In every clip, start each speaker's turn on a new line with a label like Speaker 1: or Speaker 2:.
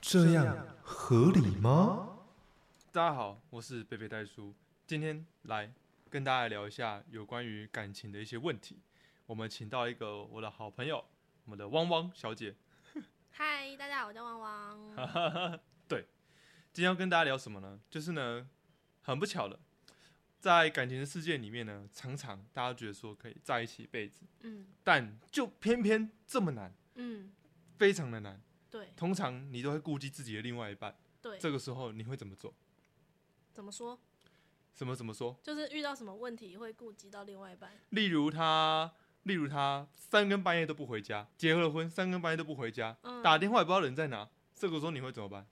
Speaker 1: 这样合理吗？
Speaker 2: 大家好，我是贝贝袋叔，今天来跟大家聊一下有关于感情的一些问题。我们请到一个我的好朋友，我们的汪汪小姐。
Speaker 3: 嗨，大家好，我叫汪汪。
Speaker 2: 对，今天要跟大家聊什么呢？就是呢，很不巧的，在感情的世界里面呢，常常大家觉得说可以在一起一辈子，
Speaker 3: 嗯
Speaker 2: 但就偏偏这么难，
Speaker 3: 嗯，
Speaker 2: 非常的难。
Speaker 3: 对
Speaker 2: 通常你都会顾及自己的另外一半，
Speaker 3: 对，
Speaker 2: 这个时候你会怎么做？
Speaker 3: 怎么说？
Speaker 2: 怎么怎么说？
Speaker 3: 就是遇到什么问题会顾及到另外一半。
Speaker 2: 例如他，例如他三更半夜都不回家，结了婚三更半夜都不回家，
Speaker 3: 嗯，
Speaker 2: 打电话也不知道人在哪，这个时候你会怎么 办？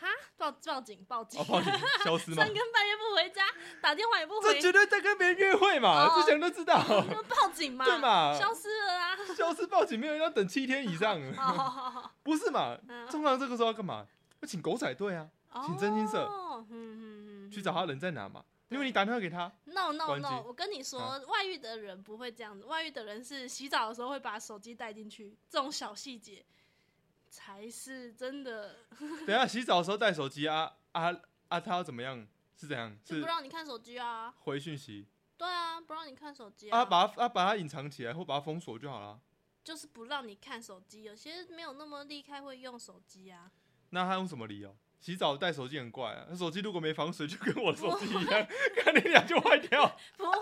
Speaker 3: 哈，报报警报警
Speaker 2: 哦，！报警消失吗
Speaker 3: 三？更半夜不回家，打电话也不回
Speaker 2: 这，绝对在跟别人约会嘛，
Speaker 3: 哦
Speaker 2: 之前都知 道，
Speaker 3: 就报警嘛，
Speaker 2: 对嘛？
Speaker 3: 消失了啊！
Speaker 2: 消失报警，没有人要等七天以上，啊
Speaker 3: 哦
Speaker 2: 不是嘛？
Speaker 3: 嗯
Speaker 2: 通常这个时候要干嘛？要请狗仔队啊，
Speaker 3: 哦，
Speaker 2: 请真心社
Speaker 3: 嗯嗯嗯，
Speaker 2: 去找他人在哪嘛？
Speaker 3: 对
Speaker 2: 因为你打电话给 他，
Speaker 3: No no
Speaker 2: 关机啊
Speaker 3: no！我跟你说，外遇的人不会这样子，外遇的人是洗澡的时候会把手机带进去，这种小细节才是真的，
Speaker 2: 等一下洗澡的时候带手机啊啊啊，他要怎么样？是怎样？
Speaker 3: 就不
Speaker 2: 是
Speaker 3: 让你看手机啊。
Speaker 2: 回讯息
Speaker 3: 对啊，不让你看手机
Speaker 2: 啊，把他啊把他隐藏起来或把他封锁就好了。
Speaker 3: 就是不让你看手机，有些没有那么厉害会用手机啊。
Speaker 2: 那他用什么理由？洗澡带手机很怪啊，那手机如果没防水，就跟我的手机一样， 看你俩就坏掉，
Speaker 3: 不会，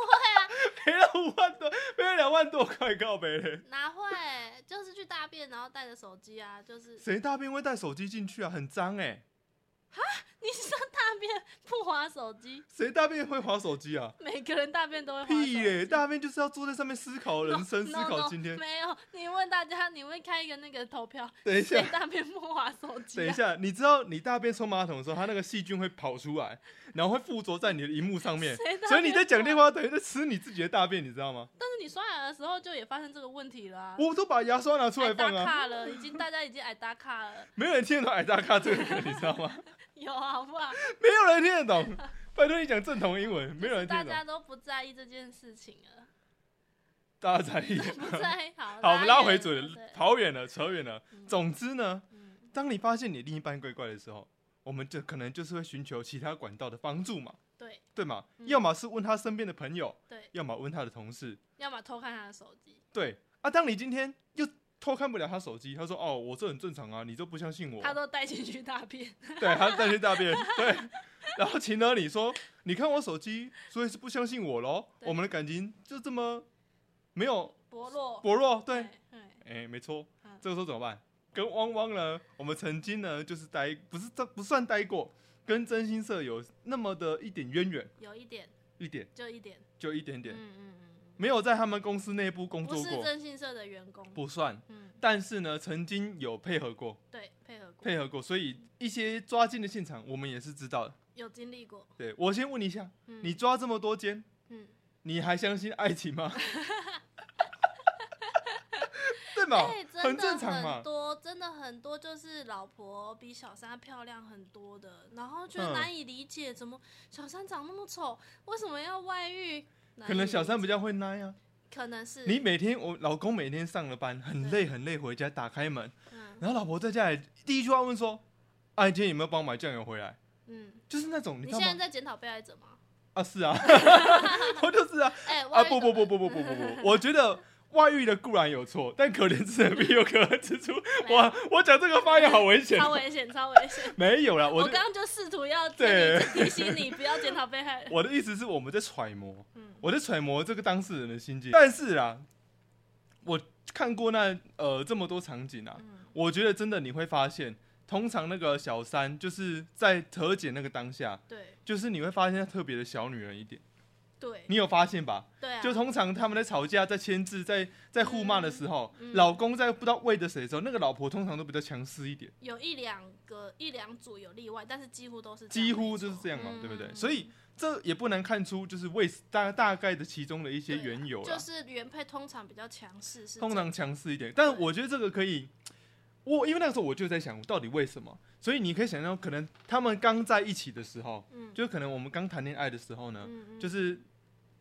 Speaker 2: 赔了五万多，赔了两万多块，告白嘞。
Speaker 3: 哪会？就是去大便然后带着手机啊，就是
Speaker 2: 谁大便会带手机进去啊？很脏哎、
Speaker 3: 你上大便不划手机，
Speaker 2: 谁大便会划手机啊？
Speaker 3: 每个人大便都会划手
Speaker 2: 屁
Speaker 3: 机。
Speaker 2: 耶、大便就是要坐在上面思考
Speaker 3: No,
Speaker 2: 人生，思
Speaker 3: no,
Speaker 2: 考
Speaker 3: no，
Speaker 2: 今天。
Speaker 3: 没有，你问大家，你会开一个那个投票，
Speaker 2: 等一
Speaker 3: 谁
Speaker 2: 下，
Speaker 3: 大便不划手机、啊？
Speaker 2: 等一，下，你知道你大便冲马桶的时候，它那个细菌会跑出来，然后会附着在你的荧幕上面，
Speaker 3: 谁大便哎
Speaker 2: 所以你在讲电话等于在吃你自己的大便，你知道吗？
Speaker 3: 但是你刷牙的时候就也发生这个问题了、啊。
Speaker 2: 我都把牙刷拿出来
Speaker 3: 挨哎打
Speaker 2: 放啊，
Speaker 3: 卡了，已经大家已经挨打卡了，
Speaker 2: 没有人听得懂矮大咖这个梗，你知道吗？
Speaker 3: 有啊好不好？
Speaker 2: 没有人听得懂。拜托你讲正统英 文，没有人听
Speaker 3: 大
Speaker 2: 得懂
Speaker 3: 家。都不在意这件事情了，
Speaker 2: 大家在意。
Speaker 3: 不在意。好，
Speaker 2: 好，我们拉回
Speaker 3: 远
Speaker 2: 主
Speaker 3: 了
Speaker 2: 题
Speaker 3: 对，
Speaker 2: 跑远了，扯远了。
Speaker 3: 嗯
Speaker 2: 总之呢，
Speaker 3: 嗯
Speaker 2: 当你发现你另一半怪怪的时候，我们就可能就是会寻求其他管道的帮助嘛，
Speaker 3: 对
Speaker 2: 对吗？
Speaker 3: 嗯
Speaker 2: 要么是问他身边的朋友，
Speaker 3: 对，
Speaker 2: 要么问他的同事，
Speaker 3: 要么偷看他的手机，
Speaker 2: 对。啊，当你今天又偷看不了他手机，他说：“哦，我这很正常啊，你都不相信我。
Speaker 3: 他都带进去大 便。
Speaker 2: 对，他在去大便，对。然后秦了你说：“你看我手机，所以是不相信我咯。
Speaker 3: 对
Speaker 2: 我们的感情就这么没有
Speaker 3: 薄弱，
Speaker 2: 薄弱，对，
Speaker 3: 对，
Speaker 2: 哎，没错
Speaker 3: 嗯，
Speaker 2: 这个时候怎么办？跟汪汪呢？我们曾经呢，就是待不是这不算待过，跟真心社有那么的一点渊源，
Speaker 3: 有一点，
Speaker 2: 一点
Speaker 3: 就一点，
Speaker 2: 就一点
Speaker 3: 嗯
Speaker 2: 点，
Speaker 3: 嗯嗯
Speaker 2: 没有在他们公司内部工
Speaker 3: 嗯，不
Speaker 2: 作
Speaker 3: 是
Speaker 2: 过，
Speaker 3: 征信社的员工，
Speaker 2: 不算。
Speaker 3: 嗯，
Speaker 2: 但是呢，曾经有配合过，
Speaker 3: 对，配合过，
Speaker 2: 配合过，所以一些抓奸的现场，我们也是知道的。
Speaker 3: 有经历过，
Speaker 2: 对我先问一下，
Speaker 3: 嗯
Speaker 2: 你抓这么多奸，
Speaker 3: 嗯，
Speaker 2: 你还相信爱情吗？对嘛
Speaker 3: 哎，，
Speaker 2: 很
Speaker 3: 真的
Speaker 2: 正常嘛
Speaker 3: 很。多，真的很多，就是老婆比小三漂亮很多的，然后就
Speaker 2: 嗯
Speaker 3: 难以理解，怎么小三长那么丑，为什么要外遇？难
Speaker 2: 可能
Speaker 3: 以
Speaker 2: 小三
Speaker 3: 理
Speaker 2: 比较会耐啊。
Speaker 3: 解可能是
Speaker 2: 你，每天我老公每天上了班，很累很累，回家打开门，
Speaker 3: 嗯
Speaker 2: 然后老婆在家里第一句话问说：“啊，你今天有没有帮我买酱油回来
Speaker 3: 嗯，？”
Speaker 2: 就是那种你
Speaker 3: 你
Speaker 2: 知道
Speaker 3: 现在
Speaker 2: 吗？
Speaker 3: 在检讨被害者吗？
Speaker 2: 啊，是啊，我就是啊
Speaker 3: 哎，
Speaker 2: 啊！
Speaker 3: 外遇
Speaker 2: 不
Speaker 3: 的
Speaker 2: 不不
Speaker 3: 人
Speaker 2: 不不不不不，我觉得外遇的固然有错，但可怜之人必有可恨之处。
Speaker 3: 没有
Speaker 2: 我我讲这个发言好危险，
Speaker 3: 超危险，超危险。
Speaker 2: 没有啦，
Speaker 3: 我
Speaker 2: 我的
Speaker 3: 刚刚就试图要
Speaker 2: 对
Speaker 3: 跟你提醒你不要检讨被害 人。
Speaker 2: 我的意思是我们在揣摩，
Speaker 3: 嗯
Speaker 2: 我在揣摩这个当事人的心境。但是啦，我看过那呃这么多场景啊，
Speaker 3: 嗯
Speaker 2: 我觉得真的你会发现，通常那个小三就是在和解那个当下，
Speaker 3: 对
Speaker 2: 就是你会发现她特别的小女人一点，
Speaker 3: 对
Speaker 2: 你有发现吧？
Speaker 3: 对啊，
Speaker 2: 就通常他们在吵架、在签字、在在互骂的时候，
Speaker 3: 嗯嗯
Speaker 2: 老公在不知道为着谁的时候，那个老婆通常都比较强势一点，
Speaker 3: 有一两个一两组有例外，但是几乎都是这样
Speaker 2: 几乎就是这样嘛，
Speaker 3: 嗯
Speaker 2: 对不对？所以这也不难看出，就是为大大概的其中的一些
Speaker 3: 对啊
Speaker 2: 缘由
Speaker 3: 没错
Speaker 2: 啦，
Speaker 3: 就是原配通常比较强势，是
Speaker 2: 通
Speaker 3: 这样
Speaker 2: 常强势一点。但我觉得这个可以，我因为那个时候我就在想，到底为什么？所以你可以想象，可能他们刚在一起的时候。
Speaker 3: 嗯
Speaker 2: 就可能我们刚谈恋爱的时候呢，
Speaker 3: 嗯嗯
Speaker 2: 就是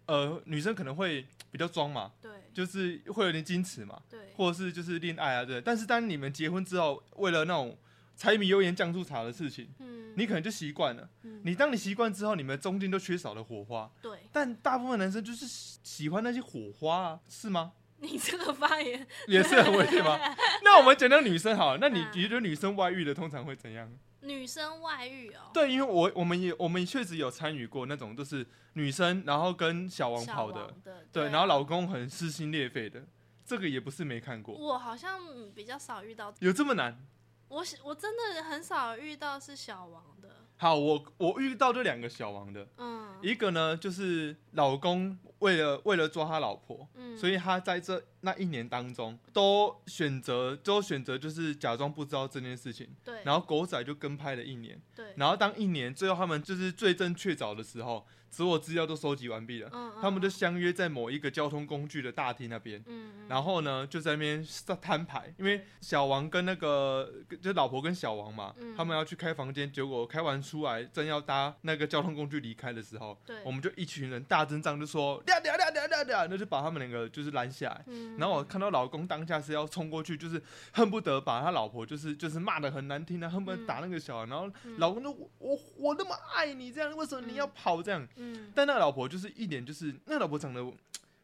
Speaker 2: 呃，女生可能会比较装嘛，
Speaker 3: 对
Speaker 2: 就是会有点矜持嘛，
Speaker 3: 对
Speaker 2: 或者是就是恋爱啊，对。但是当你们结婚之后，为了那种柴米油盐酱醋茶的事情，
Speaker 3: 嗯，
Speaker 2: 你可能就习惯了。
Speaker 3: 嗯
Speaker 2: 你当你习惯之后，你们中间就缺少了火花。
Speaker 3: 对
Speaker 2: 但大部分男生就是喜喜欢那些火花啊，是吗？
Speaker 3: 你这个发言，
Speaker 2: 也是很危险 吗？那我们讲讲女生好了，那你
Speaker 3: 嗯
Speaker 2: 你觉得女生外遇的通常会怎样？
Speaker 3: 女生外遇哦，
Speaker 2: 对，因为我我们也我们确实有参与过那种，就是女生然后跟小王
Speaker 3: 小
Speaker 2: 跑的，
Speaker 3: 王的，
Speaker 2: 对，
Speaker 3: 啊
Speaker 2: 然后老公很撕心裂肺的，这个也不是没看过，
Speaker 3: 我好像嗯比较少遇到，
Speaker 2: 有这么难？
Speaker 3: 我是我真的很少遇到是小王的，
Speaker 2: 好，我我遇到这两个小王的，
Speaker 3: 嗯
Speaker 2: 一个呢就是老公为了为了抓他老婆，
Speaker 3: 嗯，
Speaker 2: 所以他在这那一年当中都选择都选择就是假装不知道这件事情，
Speaker 3: 对，
Speaker 2: 然后狗仔就跟拍了一年，
Speaker 3: 对，
Speaker 2: 然后当一年最后他们就是罪证确凿的时候，所有资料都收集完毕了，
Speaker 3: 嗯，
Speaker 2: 他们就
Speaker 3: 嗯
Speaker 2: 相约在某一个交通工具的大厅那边。
Speaker 3: 嗯，嗯
Speaker 2: 然后呢，就在那边摊牌，因为小王跟那个就老婆跟小王嘛，
Speaker 3: 嗯
Speaker 2: 他们要去开房间，结果开完出来，正要搭那个交通工具离开的时候，
Speaker 3: 对，
Speaker 2: 我们就一群人大阵仗就说亮亮亮亮亮亮，那就把他们两个就是拦下来。
Speaker 3: 嗯，
Speaker 2: 然后我看到老公当下是要冲过去，就是恨不得把他老婆就是就是骂的很难听啊，恨不得打那个小孩。然后
Speaker 3: 嗯
Speaker 2: 老公就我我我那么爱你这样，为什么你要跑这样？
Speaker 3: 嗯
Speaker 2: 但那个老婆就是一点就是那个老婆长得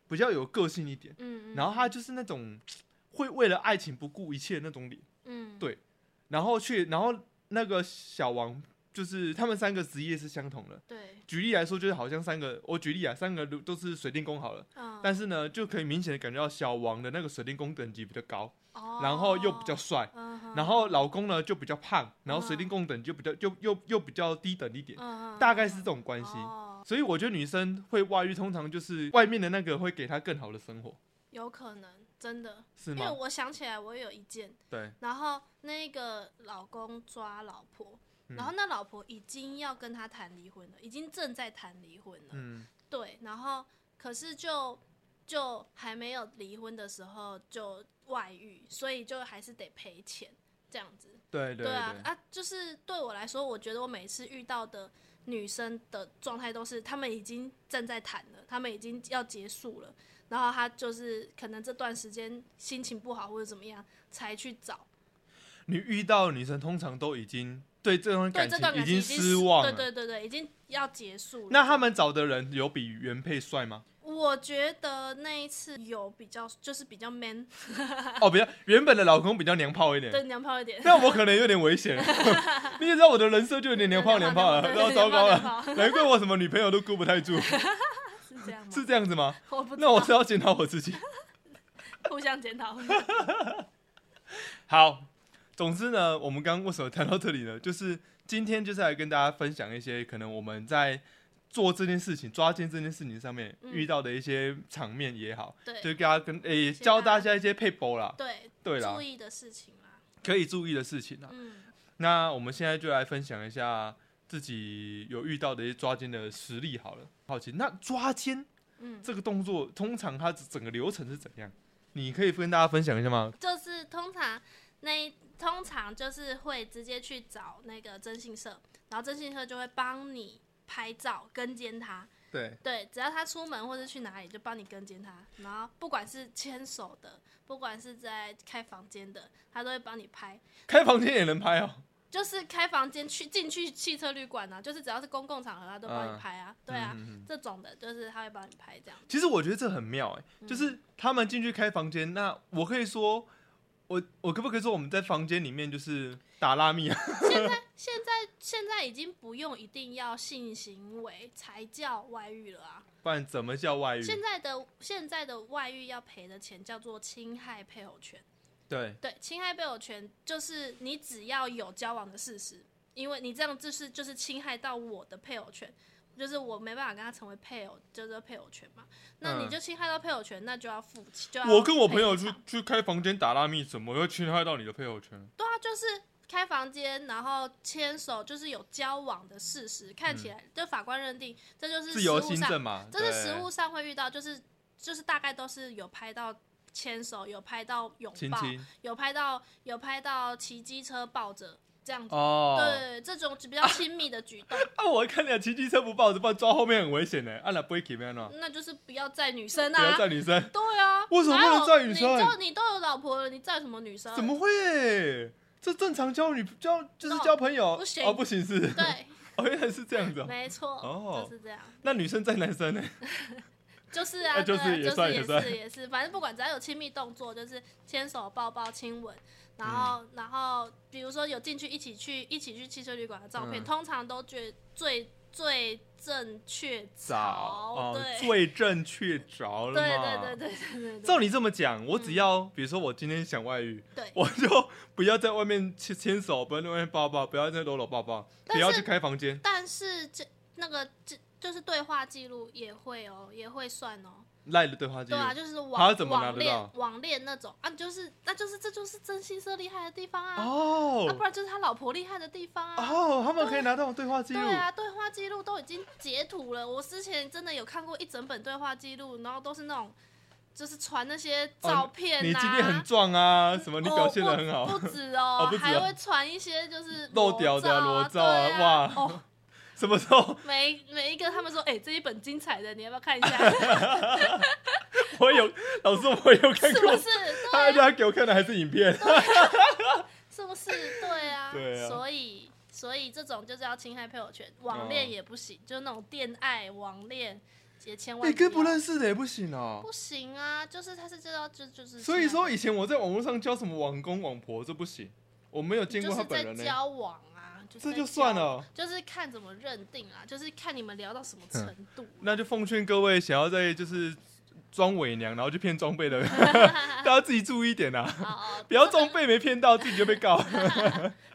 Speaker 2: 比较有个性一点，
Speaker 3: 嗯，嗯
Speaker 2: 然后她就是那种会为了爱情不顾一切的那种脸，
Speaker 3: 嗯
Speaker 2: 对然后去然后那个小王就是他们三个职业是相同的。
Speaker 3: 对，
Speaker 2: 举例来说，就是好像三个，我举例啊，三个都都是水电工好了，
Speaker 3: 嗯，
Speaker 2: 但是呢，就可以明显的感觉到小王的那个水电工等级比较高，
Speaker 3: 哦
Speaker 2: 然后又比较，帅，
Speaker 3: 嗯哼
Speaker 2: 然后老公呢就比较胖，然后
Speaker 3: 嗯
Speaker 2: 水电工等级就比较又又又比较低等一点，
Speaker 3: 嗯，
Speaker 2: 大概是这
Speaker 3: 种
Speaker 2: 种关系。
Speaker 3: 哦，
Speaker 2: 所以我觉得女生会外遇，通常就是外面的那个会给她更好的生活，
Speaker 3: 有可能真的，
Speaker 2: 是
Speaker 3: 因为
Speaker 2: 吗？
Speaker 3: 我想起来我有一件，
Speaker 2: 对，
Speaker 3: 然后那个老公抓老婆，
Speaker 2: 嗯
Speaker 3: 然后那老婆已经要跟他谈离婚了，已经正在谈离婚了。
Speaker 2: 嗯
Speaker 3: 对，然后可是就就还没有离婚的时候就外遇，所以就还是得赔钱这样子。
Speaker 2: 对对
Speaker 3: 啊
Speaker 2: 对，
Speaker 3: 啊，就是对我来说，我觉得我每次遇到的女生的状态都是，她们已经正在谈了，她们已经要结束了，然后她就是可能这段时间心情不好或者怎么样才去找，
Speaker 2: 你遇到的女生通常都已经对这段
Speaker 3: 对
Speaker 2: 感
Speaker 3: 这
Speaker 2: 情
Speaker 3: 段感情
Speaker 2: 经
Speaker 3: 经
Speaker 2: 失望
Speaker 3: 对
Speaker 2: 了。
Speaker 3: 对对对，已经要结束了。
Speaker 2: 那他们找的人有比原配帅吗？
Speaker 3: 我觉得那一次有比较，就是比较 man，
Speaker 2: 哦，比较原本的老公比较娘炮一点，
Speaker 3: 对娘炮一点。
Speaker 2: 那我可能有点危险，你也知道我的人设就有点娘炮
Speaker 3: 娘
Speaker 2: 娘
Speaker 3: 炮
Speaker 2: 炮了，
Speaker 3: 对
Speaker 2: 然后糟
Speaker 3: 娘炮
Speaker 2: 糕
Speaker 3: 娘
Speaker 2: 了
Speaker 3: 炮，
Speaker 2: 难怪我什么女朋友都顾不太住，
Speaker 3: 是这样吗？
Speaker 2: 是这样子吗？
Speaker 3: 我不知
Speaker 2: 那我
Speaker 3: 道，
Speaker 2: 是要检讨我自己。
Speaker 3: 互相检讨。
Speaker 2: 好，总之呢，我们刚刚为什么谈到这里呢？就是今天就是来跟大家分享一些可能我们在做这件事情、抓奸这件事情上面
Speaker 3: 嗯
Speaker 2: 遇到的一些场面也好，
Speaker 3: 对
Speaker 2: 就跟大家跟诶、
Speaker 3: 谢谢
Speaker 2: 教
Speaker 3: 大
Speaker 2: 大
Speaker 3: 家
Speaker 2: 家一些配博啦，
Speaker 3: 对，
Speaker 2: 对啦
Speaker 3: 注，意的事情啦。
Speaker 2: 可以注意的事情啦。
Speaker 3: 嗯，
Speaker 2: 那我们现在就来分享一下自己有遇到的一些抓奸的实例好了。好奇，那抓奸
Speaker 3: 嗯
Speaker 2: 这个动作，通常它整个流程是怎样？你可以跟大家分享一下吗？
Speaker 3: 就是通常那一通常就是会直接去找那个征信社，然后征信社就会帮你拍照跟监他。
Speaker 2: 对，
Speaker 3: 对，只要他出门或者去哪里，就帮你跟监他。然后不管是牵手的，不管是在开房间的，他都会帮你拍。
Speaker 2: 开房间也能拍哦。
Speaker 3: 就是开房间去进去汽车旅馆啊，就是只要是公共场合，他都帮
Speaker 2: 嗯
Speaker 3: 你拍啊。对啊，
Speaker 2: 嗯嗯嗯
Speaker 3: 这种的就是他会帮你拍这样。
Speaker 2: 其实我觉得这很妙哎、
Speaker 3: 嗯
Speaker 2: 就是他们进去开房间，那我可以说，我我可不可以说我们在房间里面就是打拉密啊？
Speaker 3: 现在现在现在已经不用一定要性行为才叫外遇了啊！
Speaker 2: 不然怎么叫外遇？
Speaker 3: 现在的现在的外遇要赔的钱叫做侵害配偶权，
Speaker 2: 对，
Speaker 3: 对，侵害配偶权就是你只要有交往的事实，因为你这样就是就是侵害到我的配偶权。就是我没办法跟他成为配偶，就是配偶权嘛。那你
Speaker 2: 嗯
Speaker 3: 就侵害到配偶权，那就要付，就要
Speaker 2: 我跟我朋友
Speaker 3: 赔
Speaker 2: 去
Speaker 3: 偿
Speaker 2: 去开房间打拉密，怎么会侵害到你的配偶权？
Speaker 3: 对啊，就是开房间，然后牵手，就是有交往的事实，看起来、就法官认定这就是
Speaker 2: 嗯自
Speaker 3: 实
Speaker 2: 由
Speaker 3: 物
Speaker 2: 新
Speaker 3: 上，
Speaker 2: 政嘛，
Speaker 3: 这是
Speaker 2: 对
Speaker 3: 实物上会遇到，就是就是大概都是有拍到牵手，有拍到拥
Speaker 2: 亲
Speaker 3: 抱，
Speaker 2: 亲
Speaker 3: 有拍到有拍到骑机车抱着这样子。
Speaker 2: 哦。
Speaker 3: 对，这种比较亲密的举 动，
Speaker 2: 啊，我看你啊骑机车不抱着，不然抓后面很危险呢。啊，那不会怎么样呢？
Speaker 3: 那就是不要载女生
Speaker 2: 不要
Speaker 3: 啊。
Speaker 2: 载女生，
Speaker 3: 对啊，
Speaker 2: 为什么不能
Speaker 3: 哪有
Speaker 2: 载女生
Speaker 3: 你就你都有老婆了，你载什么女生？
Speaker 2: 怎么会？这正常交女交就是
Speaker 3: 哦
Speaker 2: 交朋友，
Speaker 3: 不行
Speaker 2: 哦，不行是，
Speaker 3: 对，
Speaker 2: 哦，原来是这样子、哦。
Speaker 3: 没错，
Speaker 2: 哦
Speaker 3: 就是这样，
Speaker 2: 那女生在男生呢？
Speaker 3: 就是
Speaker 2: 哎
Speaker 3: 啊，
Speaker 2: 就
Speaker 3: 对
Speaker 2: 是
Speaker 3: 啊，
Speaker 2: 也
Speaker 3: 就
Speaker 2: 算
Speaker 3: 是
Speaker 2: 也
Speaker 3: 也
Speaker 2: 算
Speaker 3: 是也是，反正不管只要有亲密动作，就是牵手、抱抱、亲吻，
Speaker 2: 嗯
Speaker 3: 然后、然后比如说有进去一起去一起去汽车旅馆的照
Speaker 2: 嗯
Speaker 3: 片，通常都觉得最最正确
Speaker 2: 找
Speaker 3: 对、
Speaker 2: 哦，罪证确凿了
Speaker 3: 对
Speaker 2: 嘛。
Speaker 3: 对对对对对嗯对，
Speaker 2: 照你这么讲，我只要、比如说我今天想外遇，
Speaker 3: 对
Speaker 2: 我就不要在外面牵牵手，不要在外面抱抱，不要在搂搂抱抱，
Speaker 3: 但
Speaker 2: 不要
Speaker 3: 是
Speaker 2: 去开房间。
Speaker 3: 但是这那个这就是对话记录也会哦，也会算哦。
Speaker 2: 赖的对话记
Speaker 3: 对
Speaker 2: 录，
Speaker 3: 啊，就是
Speaker 2: 他
Speaker 3: 网
Speaker 2: 怎么拿
Speaker 3: 网
Speaker 2: 得到
Speaker 3: 恋网恋那种啊，就是那就是这就是真心社厉害的地方啊，啊不
Speaker 2: 哦
Speaker 3: 然就是他老婆厉害的地方啊。
Speaker 2: 哦，他们可以拿到对话记录，
Speaker 3: 对啊，对话记录都已经截图了。我之前真的有看过一整本对话记录，然后都是那种，就是传那些照片、啊
Speaker 2: 哦你今天很壮啊，什么你表现的很好，
Speaker 3: 哦不不止哦，
Speaker 2: 哦不止哦
Speaker 3: 还会传一些就是
Speaker 2: 露屌的啊
Speaker 3: 裸
Speaker 2: 裸照啊
Speaker 3: 啊，对啊
Speaker 2: 哇
Speaker 3: 哦，
Speaker 2: 什么时候
Speaker 3: 每每一个他 们说，哎、这一本精彩的，你要不要看一下？
Speaker 2: 哎我 有老师我有看
Speaker 3: 是
Speaker 2: 过
Speaker 3: 不，是？ 啊
Speaker 2: 他而且他给我哎啊看的还是影 片，
Speaker 3: 是不是？对啊，
Speaker 2: 对啊
Speaker 3: 所以所以这种就是要侵害配偶权，网
Speaker 2: 哦
Speaker 3: 恋也不行，就是那种恋爱网恋也千万
Speaker 2: 你哎跟不
Speaker 3: 要
Speaker 2: 认识的也不行哦。
Speaker 3: 不行啊，就是他是知道就就是侵害配偶权，
Speaker 2: 所以说以前我在网络上交什么网公网婆这不行，我没有见
Speaker 3: 就
Speaker 2: 过他
Speaker 3: 是
Speaker 2: 本
Speaker 3: 在
Speaker 2: 人呢、
Speaker 3: 交往啊，就是
Speaker 2: 这
Speaker 3: 在
Speaker 2: 就算
Speaker 3: 交往，
Speaker 2: 了。
Speaker 3: 就是看怎么认定啦，就是看你们聊到什么程度。啊
Speaker 2: 那就奉劝各位想要在就是装伪娘然后去骗装备的， 大家自己注意一点啊，
Speaker 3: 哦，哦
Speaker 2: 不要
Speaker 3: 这个
Speaker 2: 装备没骗到自己就被 告。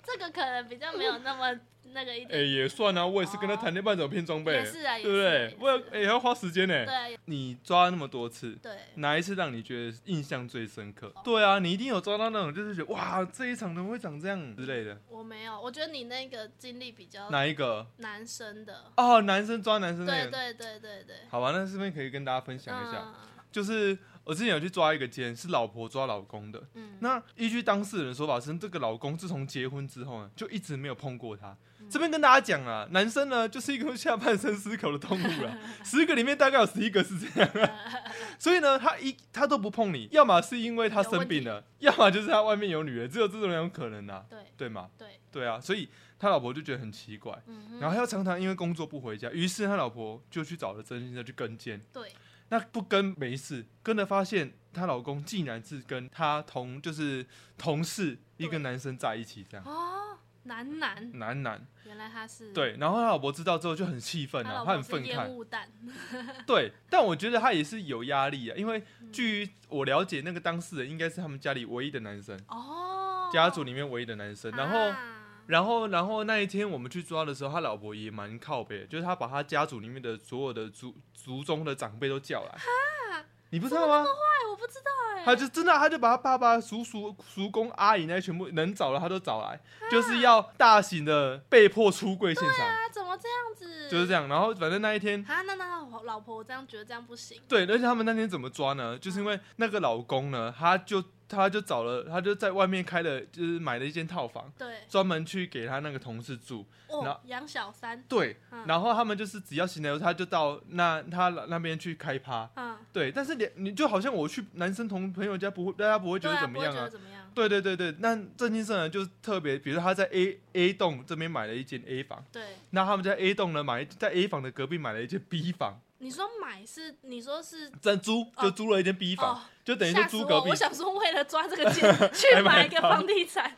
Speaker 3: 这个可能比较没有那么那个一
Speaker 2: 哎、
Speaker 3: 点，
Speaker 2: 也算啊，我也是跟他谈恋爱怎么骗装备，
Speaker 3: 也是啊，也
Speaker 2: 对不对
Speaker 3: 是？
Speaker 2: 我
Speaker 3: 也是
Speaker 2: 也哎也要花时间呢、
Speaker 3: 对啊也
Speaker 2: 你抓那么多次，
Speaker 3: 对。
Speaker 2: 哪一次让你觉得印象最深刻？
Speaker 3: 哦
Speaker 2: 对啊，你一定有抓到那种，就是觉得哇，这一场怎么会长这样之类的。
Speaker 3: 我没有，我觉得你那个经历比较
Speaker 2: 哪一个？
Speaker 3: 男生的，
Speaker 2: 哦，男生抓男生那
Speaker 3: 对
Speaker 2: 个。
Speaker 3: 对对对对，
Speaker 2: 好吧，那这边可以跟大家分享一下，
Speaker 3: 嗯
Speaker 2: 就是我之前有去抓一个奸，是老婆抓老公的。
Speaker 3: 嗯，
Speaker 2: 那依据当事人的说法是，这个老公自从结婚之后呢，就一直没有碰过她。这边跟大家讲啊，男生呢就是一个下半身思考的动物啊，十个里面大概有十一个是这样、啊，所以呢，他一他都不碰你，要么是因为他生病了，要么就是他外面有女人，只有这种两种可能啊，
Speaker 3: 对
Speaker 2: 对吗？
Speaker 3: 对，
Speaker 2: 对啊，所以他老婆就觉得很奇怪，
Speaker 3: 嗯哼，
Speaker 2: 然后他又常常因为工作不回家，于是他老婆就去找了真心社去跟监，
Speaker 3: 对，
Speaker 2: 那不跟没事，跟了发现她老公竟然是跟她同就是同事一个
Speaker 3: 对
Speaker 2: 男生在一起这样，
Speaker 3: 哦，男男，
Speaker 2: 男男
Speaker 3: 原来他是，
Speaker 2: 嗯对，然后她老婆知道之后就很气愤
Speaker 3: 他
Speaker 2: 啊
Speaker 3: 老，
Speaker 2: 她
Speaker 3: 婆
Speaker 2: 很
Speaker 3: 是
Speaker 2: 愤
Speaker 3: 烟
Speaker 2: 慨，
Speaker 3: 雾弹，
Speaker 2: 对，但我觉得她也是有压力啊，因为
Speaker 3: 嗯
Speaker 2: 据我了解，那个当事人应该是他们家里唯一的男生，
Speaker 3: 哦，
Speaker 2: 家族里面唯一的男生，然后。
Speaker 3: 啊
Speaker 2: 然后，然后那一天我们去抓的时候，他老婆也蛮靠北的，就是他把他家族里面的所有的族族中的长辈都叫来。你不知道吗？
Speaker 3: 哎，我不知道 哎，
Speaker 2: 他就真的，他就把他爸爸、叔叔、叔公、阿姨那些全部能找的他都找来，就是要大型的被迫出柜现场，
Speaker 3: 他怎么这样子？
Speaker 2: 就是这样。然后反正那一天，
Speaker 3: 啊，那那那我老婆，我这样觉得这样不行，
Speaker 2: 对，而且他们那天怎么抓呢？
Speaker 3: 嗯
Speaker 2: 就是因为那个老公呢，他就他就找了，他就在外面开了，就是买了一间套房，
Speaker 3: 对，
Speaker 2: 专门去给他那个同事住。然
Speaker 3: 哦
Speaker 2: 后，
Speaker 3: 杨小三，
Speaker 2: 对，
Speaker 3: 嗯
Speaker 2: 然后他们就是只要行了，他就到那他那边去开趴。
Speaker 3: 嗯，
Speaker 2: 对，但是你你就好像我去男生同朋友家不会，大家不会觉
Speaker 3: 对
Speaker 2: 得
Speaker 3: 啊，
Speaker 2: 怎
Speaker 3: 不
Speaker 2: 么
Speaker 3: 会
Speaker 2: 样
Speaker 3: 觉
Speaker 2: 啊
Speaker 3: 得？怎么样？
Speaker 2: 对对对对，那郑先生呢，就是特别，比如说他在 A A 栋这边买了一间 A 房，
Speaker 3: 对，
Speaker 2: 那他们在 A 栋呢买在 A 房的隔壁买了一间 B 房，
Speaker 3: 你说买是，你说是。
Speaker 2: 在租就租了一间 B 房，
Speaker 3: 哦
Speaker 2: 就等于是
Speaker 3: 吓死
Speaker 2: 租隔
Speaker 3: 我！
Speaker 2: 壁
Speaker 3: 我，想说，为了抓 这个奸去买一个房地产，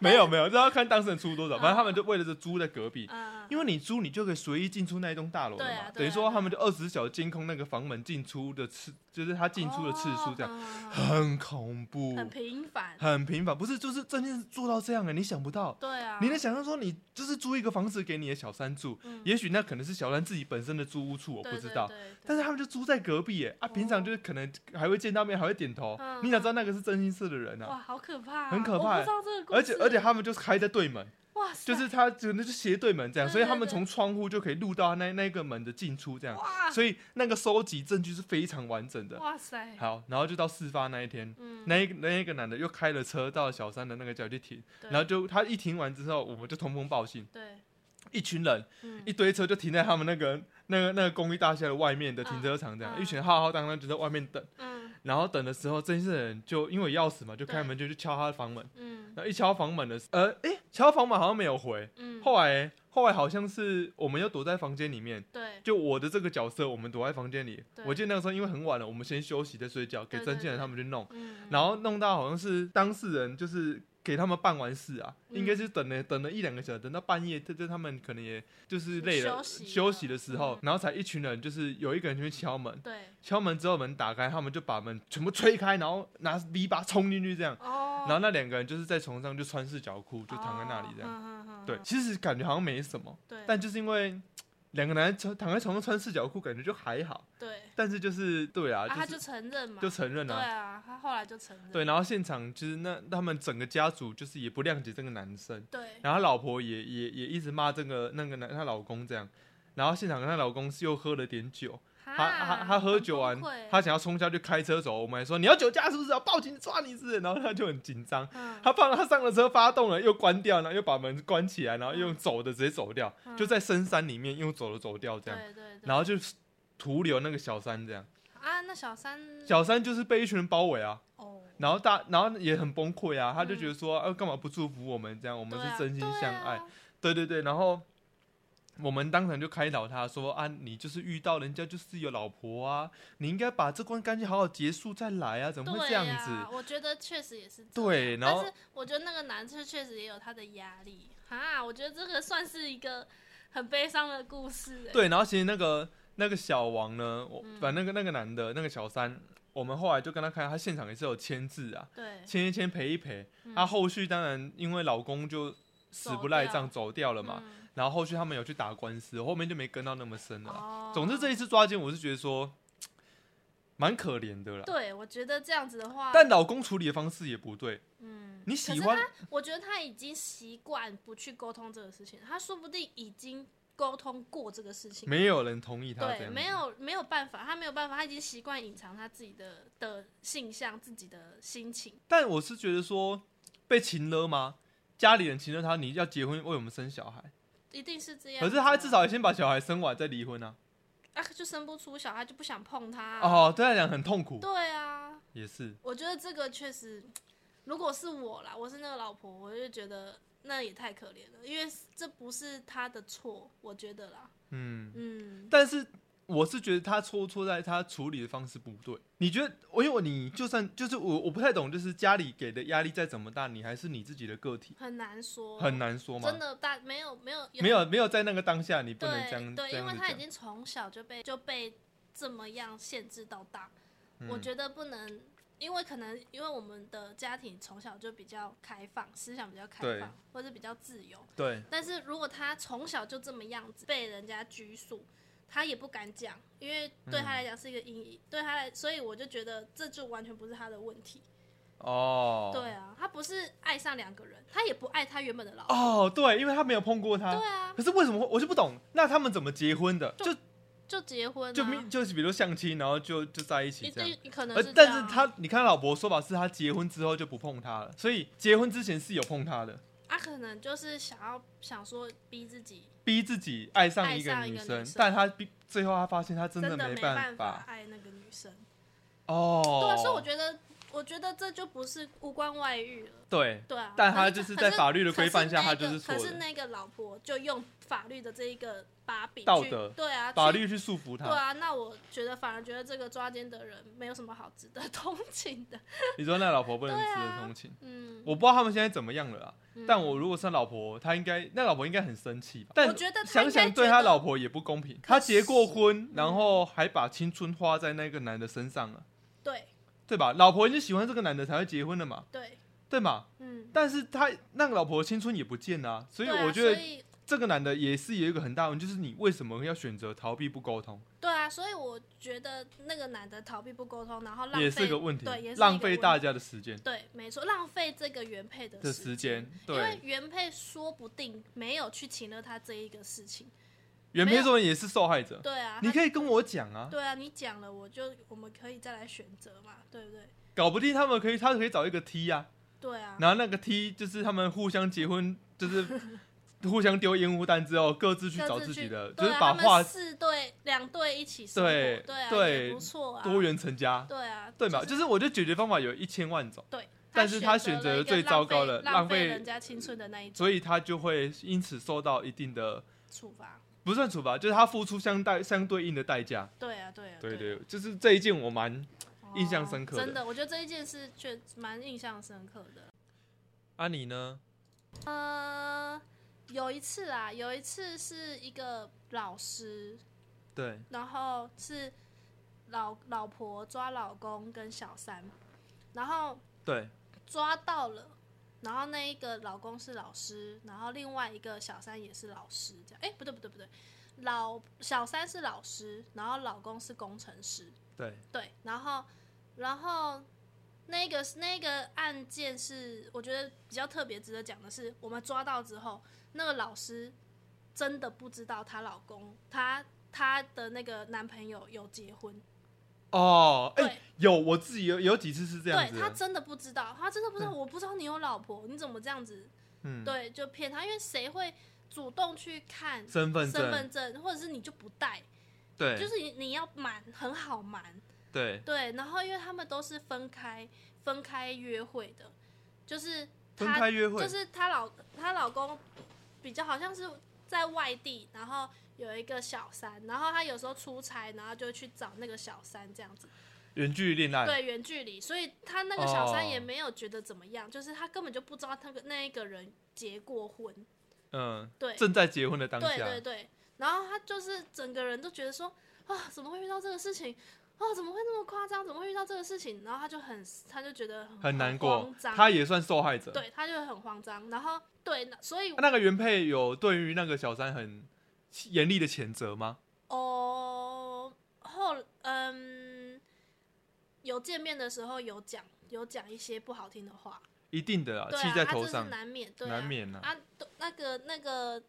Speaker 2: 没有没有，这要看当事人出多少，
Speaker 3: 哦
Speaker 2: 反正他们就为了这租在隔壁。
Speaker 3: 嗯，
Speaker 2: 因为你租，你就可以随意进出那一栋大楼了嘛。
Speaker 3: 对啊对啊
Speaker 2: 等于说他们就二十小时监控那个房门进出的次，就是他进出的次数，这样、
Speaker 3: 样
Speaker 2: 很恐怖，
Speaker 3: 哦很频繁。
Speaker 2: 很频繁。不是，就是这件事做到这样哎、你想不到。
Speaker 3: 对啊，
Speaker 2: 你能想象说，你就是租一个房子给你的小三住，
Speaker 3: 嗯
Speaker 2: 也许那可能是小三自己本身的租屋处，我
Speaker 3: 对
Speaker 2: 不知道。
Speaker 3: 对对对
Speaker 2: 但是他们就租在隔壁耶，啊，平常就是可能还会见到面，还会点头。
Speaker 3: 嗯
Speaker 2: 你哪知道那个是真心社的人
Speaker 3: 哇，
Speaker 2: 啊？
Speaker 3: 好可怕啊、
Speaker 2: 很可怕
Speaker 3: 我不知道这个故事，
Speaker 2: 而且而且他们就是开在对 门，
Speaker 3: 哇塞，
Speaker 2: 就是他可能就斜对门这样，
Speaker 3: 对
Speaker 2: 所以他
Speaker 3: 对
Speaker 2: 们
Speaker 3: 对
Speaker 2: 从窗户就可以录到那那个门的进出这样，
Speaker 3: 哇
Speaker 2: 所以那个收集证据是非常完整的。
Speaker 3: 哇塞，
Speaker 2: 好，然后就到事发那一天，
Speaker 3: 嗯，
Speaker 2: 那一个那一个男的又开了车到小三的那个家去停，
Speaker 3: 对
Speaker 2: 然后就他一停完之后，我们就通风报信，
Speaker 3: 对，
Speaker 2: 一群人
Speaker 3: 嗯
Speaker 2: 一堆车就停在他们那个那个那个公寓大厦的外面的停车场，这样、
Speaker 3: 嗯
Speaker 2: 一群浩浩荡荡就在外面等。
Speaker 3: 嗯
Speaker 2: 然后等的时候，这件事的人就因为有钥匙嘛，就开门就去敲他的房门，
Speaker 3: 嗯
Speaker 2: 然后一敲房门的时，呃，诶，敲房门好像没有回，
Speaker 3: 嗯，
Speaker 2: 后来后来好像是我们又躲在房间里面，
Speaker 3: 对
Speaker 2: 就我的这个角色，我们躲在房间里
Speaker 3: 对。
Speaker 2: 我记得那个时候因为很晚了，我们先休息再睡觉，给
Speaker 3: 对
Speaker 2: 曾建
Speaker 3: 对
Speaker 2: 仁
Speaker 3: 对
Speaker 2: 他们去弄，
Speaker 3: 嗯，
Speaker 2: 然后弄到好像是当事人就是。给他们办完事啊，
Speaker 3: 嗯
Speaker 2: 应该是等了等了一两个小时，等到半夜，这这他们可能也就是累了，
Speaker 3: 休息了
Speaker 2: 的时候
Speaker 3: 嗯，
Speaker 2: 然后才一群人，就是有一个人去敲门，
Speaker 3: 对哦
Speaker 2: 敲门之后门打开，他们就把门全部推开，然后拿篱笆冲进去这样，
Speaker 3: 哦，
Speaker 2: 然后那两个人就是在床上就穿四角裤，就躺在那里
Speaker 3: 嗯
Speaker 2: 这样。
Speaker 3: 样
Speaker 2: 对，其实感觉好像没什么，
Speaker 3: 哦对，
Speaker 2: 但就是因为两个男人穿躺在床上穿四角裤，感觉就还好。
Speaker 3: 对，
Speaker 2: 但是就是对啊，
Speaker 3: 啊，他
Speaker 2: 就
Speaker 3: 就是承认嘛，
Speaker 2: 就承认
Speaker 3: 对
Speaker 2: 啊，
Speaker 3: 啊，他后来就承认，
Speaker 2: 对。然后现场就是那他们整个家族就是也不谅解这个男生，
Speaker 3: 对，
Speaker 2: 然后他老婆也也也一直骂这个那个男她老公这样。然后现场她老公是又喝了点酒，
Speaker 3: 他
Speaker 2: 他他
Speaker 3: 啊
Speaker 2: 他喝酒完，他想要冲下去开车走，我们还说你要酒驾是不是啊？报警抓你是不是？然后他就很紧张，
Speaker 3: 他
Speaker 2: 他放他上了车，发动了，又关掉，然后又把门关起来，然后用走的直接走掉，
Speaker 3: 嗯
Speaker 2: 就在深山里面用走的走掉这样，
Speaker 3: 对对对，
Speaker 2: 然后就徒留那个小山这样。
Speaker 3: 啊，那小三
Speaker 2: 小山就是被一群人包围啊，
Speaker 3: 哦，
Speaker 2: 然后大，然后也很崩溃啊，他就觉得
Speaker 3: 嗯
Speaker 2: 说，呃，干嘛不祝福我们这样？我
Speaker 3: 我
Speaker 2: 们是真心相爱，，
Speaker 3: 啊
Speaker 2: 对对对，然后。我们当场就开导他说啊，你就是遇到人家就是有老婆啊，你应该把这段关系好好结束再来啊，怎么
Speaker 3: 对
Speaker 2: 会
Speaker 3: 啊
Speaker 2: 这样子？
Speaker 3: 对啊我觉得确实也是这样
Speaker 2: 对然后
Speaker 3: 但是我觉得那个男生确实也有他的压力啊，我觉得这个算是一个很悲伤的故事、欸，
Speaker 2: 对，然后其实那个那个小王呢，我
Speaker 3: 嗯
Speaker 2: 反正那个那个男的，那个小三，我们后来就跟他看，他现场也是有签字啊，
Speaker 3: 对
Speaker 2: 签一签赔一赔。他、
Speaker 3: 嗯
Speaker 2: 后续当然因为老公就死
Speaker 3: 走
Speaker 2: 不赖
Speaker 3: 掉
Speaker 2: 账走掉了嘛，
Speaker 3: 嗯
Speaker 2: 然后后续他们有去打官司，我后面就没跟到那么深了啊、
Speaker 3: 哦
Speaker 2: 总之这一次抓奸，我是觉得说蛮可怜的啦。
Speaker 3: 对，我觉得这样子的话，
Speaker 2: 但老公处理的方式也不对，
Speaker 3: 嗯，
Speaker 2: 你
Speaker 3: 可
Speaker 2: 喜
Speaker 3: 是
Speaker 2: 欢
Speaker 3: 我觉得他已经习惯不去沟通这个事情，他说不定已经沟通过这个事情，
Speaker 2: 没有人同意他这
Speaker 3: 对，
Speaker 2: 样子，
Speaker 3: 没有没有办法，他没有办法，他已经习惯隐藏他自己的的性向、自己的心情。
Speaker 2: 但我是觉得说被情勒吗？家里人情勒他，你要结婚为我们生小孩。
Speaker 3: 一定是这啊样、
Speaker 2: 可是他至，少先把小孩生完再离婚啊。
Speaker 3: 啊，就生不出小孩，就不想碰他、啊
Speaker 2: 哦，对他讲很痛苦，
Speaker 3: 对啊，
Speaker 2: 也是。
Speaker 3: 我觉得这个确实，如果是我啦，我是那个老婆，我就觉得那也太可怜了，因为这不是他的错，我觉得啦，
Speaker 2: 嗯，
Speaker 3: 嗯，
Speaker 2: 但是我是觉得他错错在他处理的方式不对。你觉得？我因为我你就算就是我我不太懂，就是家里给的压力再怎么大，你还是你自己的个体，
Speaker 3: 很难说，
Speaker 2: 很难说嘛
Speaker 3: 真。的大没有没有
Speaker 2: 没有没有在那个当下，你不能这
Speaker 3: 对
Speaker 2: 样
Speaker 3: 对，
Speaker 2: 这
Speaker 3: 因
Speaker 2: 样
Speaker 3: 为
Speaker 2: 子
Speaker 3: 他已
Speaker 2: 讲。
Speaker 3: 经从小就被就被这么样限制到大，
Speaker 2: 嗯
Speaker 3: 我觉得不能，因为可能因为我们的家庭从小就比较开放，思想比较开
Speaker 2: 对
Speaker 3: 放，或者比较自由。
Speaker 2: 对
Speaker 3: 但是如果他从小就这么样子被人家拘束，他也不敢讲，因为对他
Speaker 2: 嗯
Speaker 3: 来讲是一个阴影，对他来，所以我就觉得这就完全不是他的问题。
Speaker 2: 哦，
Speaker 3: 对啊，他不是爱上两个人，他也不爱他原本的老婆。
Speaker 2: 哦对，因为他没有碰过他。
Speaker 3: 对啊，
Speaker 2: 可是为什么会我就不懂？那他们怎么结婚的？
Speaker 3: 就
Speaker 2: 就
Speaker 3: 就结婚、啊，
Speaker 2: 就密就是比如相亲，然后就就在一起
Speaker 3: 一
Speaker 2: 这样。
Speaker 3: 定可能
Speaker 2: 呃，
Speaker 3: 是这
Speaker 2: 但
Speaker 3: 样啊
Speaker 2: 是他，你看他老婆说法是他结婚之后就不碰他了，所以结婚之前是有碰他的，
Speaker 3: 他啊可能就是想要想说逼自己，
Speaker 2: 逼自己爱上
Speaker 3: 爱
Speaker 2: 一个
Speaker 3: 上一
Speaker 2: 女
Speaker 3: 个
Speaker 2: 生，
Speaker 3: 女生
Speaker 2: 但他逼最后他发现他真
Speaker 3: 的
Speaker 2: 没
Speaker 3: 办
Speaker 2: 法
Speaker 3: 爱那个女生。
Speaker 2: 哦。
Speaker 3: 对啊，所以我觉得，我觉得这就不是无关外遇了。
Speaker 2: 对
Speaker 3: 对啊，
Speaker 2: 但
Speaker 3: 可
Speaker 2: 他
Speaker 3: 是
Speaker 2: 就是
Speaker 3: 可
Speaker 2: 在法律的规范下
Speaker 3: 可那
Speaker 2: 他就是
Speaker 3: 个
Speaker 2: 错的
Speaker 3: 可是那个老婆就用法律的这一个把柄去
Speaker 2: 道德
Speaker 3: 对啊，
Speaker 2: 法
Speaker 3: 去
Speaker 2: 律去束缚
Speaker 3: 对
Speaker 2: 他。
Speaker 3: 啊。那我觉得反而觉得这个抓奸的人没有什么好值得同情的。
Speaker 2: 你说那老婆不能
Speaker 3: 对啊
Speaker 2: 值得同情，
Speaker 3: 嗯，
Speaker 2: 我不知道他们现在怎么样了啊。
Speaker 3: 嗯
Speaker 2: 但我如果是他老婆，他应该那老婆应该很生气吧？但
Speaker 3: 我觉得嗯他应该
Speaker 2: 想想对他老婆也不公平，他结过婚，然后还把青春花在那个男的身上了，
Speaker 3: 对
Speaker 2: 对吧？老婆已经喜欢这个男的才会结婚了嘛，
Speaker 3: 对，
Speaker 2: 对吗？
Speaker 3: 嗯，
Speaker 2: 但是他那个老婆青春也不见啊，所以
Speaker 3: 对啊
Speaker 2: 我觉得
Speaker 3: 所以
Speaker 2: 这个男的也是有一个很大的问题，就是你为什么要选择逃避不沟通，
Speaker 3: 对啊，所以我觉得那个男的逃避不沟通，然后浪费
Speaker 2: 也是个问题
Speaker 3: 对，也是一，个
Speaker 2: 浪费大
Speaker 3: 问题
Speaker 2: 家的时间
Speaker 3: 对，没错，浪费这个原配的
Speaker 2: 的
Speaker 3: 时
Speaker 2: 时间。
Speaker 3: 因为
Speaker 2: 对，
Speaker 3: 原配说不定没有去请了他这一个事情。
Speaker 2: 原配说人也是受害者，
Speaker 3: 对啊，
Speaker 2: 你
Speaker 3: 他
Speaker 2: 可以跟我讲啊，
Speaker 3: 对啊，你讲了，我就我们可以再来选择嘛，对不对？
Speaker 2: 搞不定他们可以，他可以找一个 T 啊，
Speaker 3: 对啊，
Speaker 2: 然后那个 T 就是他们互相结婚，就是 互相丢烟雾弹之后，各自去
Speaker 3: 各
Speaker 2: 找
Speaker 3: 自
Speaker 2: 自己的，就
Speaker 3: 对
Speaker 2: 是
Speaker 3: 啊
Speaker 2: 把
Speaker 3: 他们
Speaker 2: 话
Speaker 3: 四对两对一起生活，
Speaker 2: 对
Speaker 3: 对啊，
Speaker 2: 对
Speaker 3: 也不错啊，
Speaker 2: 多元成家，
Speaker 3: 对啊，
Speaker 2: 对嘛？
Speaker 3: 就
Speaker 2: 就是是我觉得解决方法有一千万种，
Speaker 3: 对，
Speaker 2: 但是他选择
Speaker 3: 了一个
Speaker 2: 最糟糕的浪
Speaker 3: 浪费浪
Speaker 2: 费
Speaker 3: 人家青春的那一种
Speaker 2: 所以他就会因此受到一定的
Speaker 3: 处罚，
Speaker 2: 不算处罚，就是他付出相代相对应的代价。
Speaker 3: 对啊，对啊，
Speaker 2: 对
Speaker 3: 对啊
Speaker 2: 对，就是这一件我蛮印象
Speaker 3: 哦
Speaker 2: 深刻的
Speaker 3: 真的，我觉得这一件事确蛮印象深刻的。
Speaker 2: 啊，你呢？
Speaker 3: 呃，有一次啊，有一次是一个老师，
Speaker 2: 对，
Speaker 3: 然后是老老婆抓老公跟小三，然后
Speaker 2: 对，
Speaker 3: 抓到了，然后那一个老公是老师，然后另外一个小三也是老师，这样，哎，不对不对不对，老小三是老师，然后老公是工程师，
Speaker 2: 对，
Speaker 3: 对，然后然后那个那个案件是我觉得比较特别值得讲的是，我们抓到之后，那个老师真的不知道她老公她她的那个男朋友有结婚，
Speaker 2: 哦，哎、
Speaker 3: 对
Speaker 2: 有我自己有有几次是这样
Speaker 3: 对
Speaker 2: 子啊
Speaker 3: 她
Speaker 2: 的，
Speaker 3: 真的不知道，她真的不知道，我不知道你有老婆，你怎么这样子？
Speaker 2: 嗯，
Speaker 3: 对，就骗她，因为谁会主动去看身
Speaker 2: 身份证，
Speaker 3: 份证，或者是你就不带，
Speaker 2: 对，
Speaker 3: 就是你你要瞒，很好瞒。
Speaker 2: 对，
Speaker 3: 对，然后因为他们都是分开分开约会的，就是
Speaker 2: 分
Speaker 3: 她
Speaker 2: 开约会，
Speaker 3: 就是她老她老公比较好像是在外地，然后有一个小三，然后她有时候出差，然后就去找那个小三这样子，
Speaker 2: 远距离恋爱，
Speaker 3: 对，远距离，所以她那个小三也
Speaker 2: 哎哦
Speaker 3: 没有觉得怎么样，就是她根本就不知道那个那一个人结过婚，
Speaker 2: 嗯，
Speaker 3: 对，
Speaker 2: 正在结婚的当下，
Speaker 3: 对对对，然后他就是整个人都觉得说啊，怎么会遇到这个事情？啊，怎么会那么夸张？怎么会遇到这个事情？然后他就很，他就觉得很
Speaker 2: 很难过
Speaker 3: 慌，张
Speaker 2: 他也算受害者。
Speaker 3: 对，他就很慌张。然后对，那所以
Speaker 2: 那个原配有对于那个小三很严厉的谴责吗？
Speaker 3: 哦，后嗯，有见面的时候有讲，有讲一些不好听的话，
Speaker 2: 一定的啊，
Speaker 3: 对
Speaker 2: 气
Speaker 3: 啊，
Speaker 2: 在
Speaker 3: 啊
Speaker 2: 头
Speaker 3: 这是
Speaker 2: 上，
Speaker 3: 难免，对、啊，
Speaker 2: 难免啊。
Speaker 3: 啊，对那个那个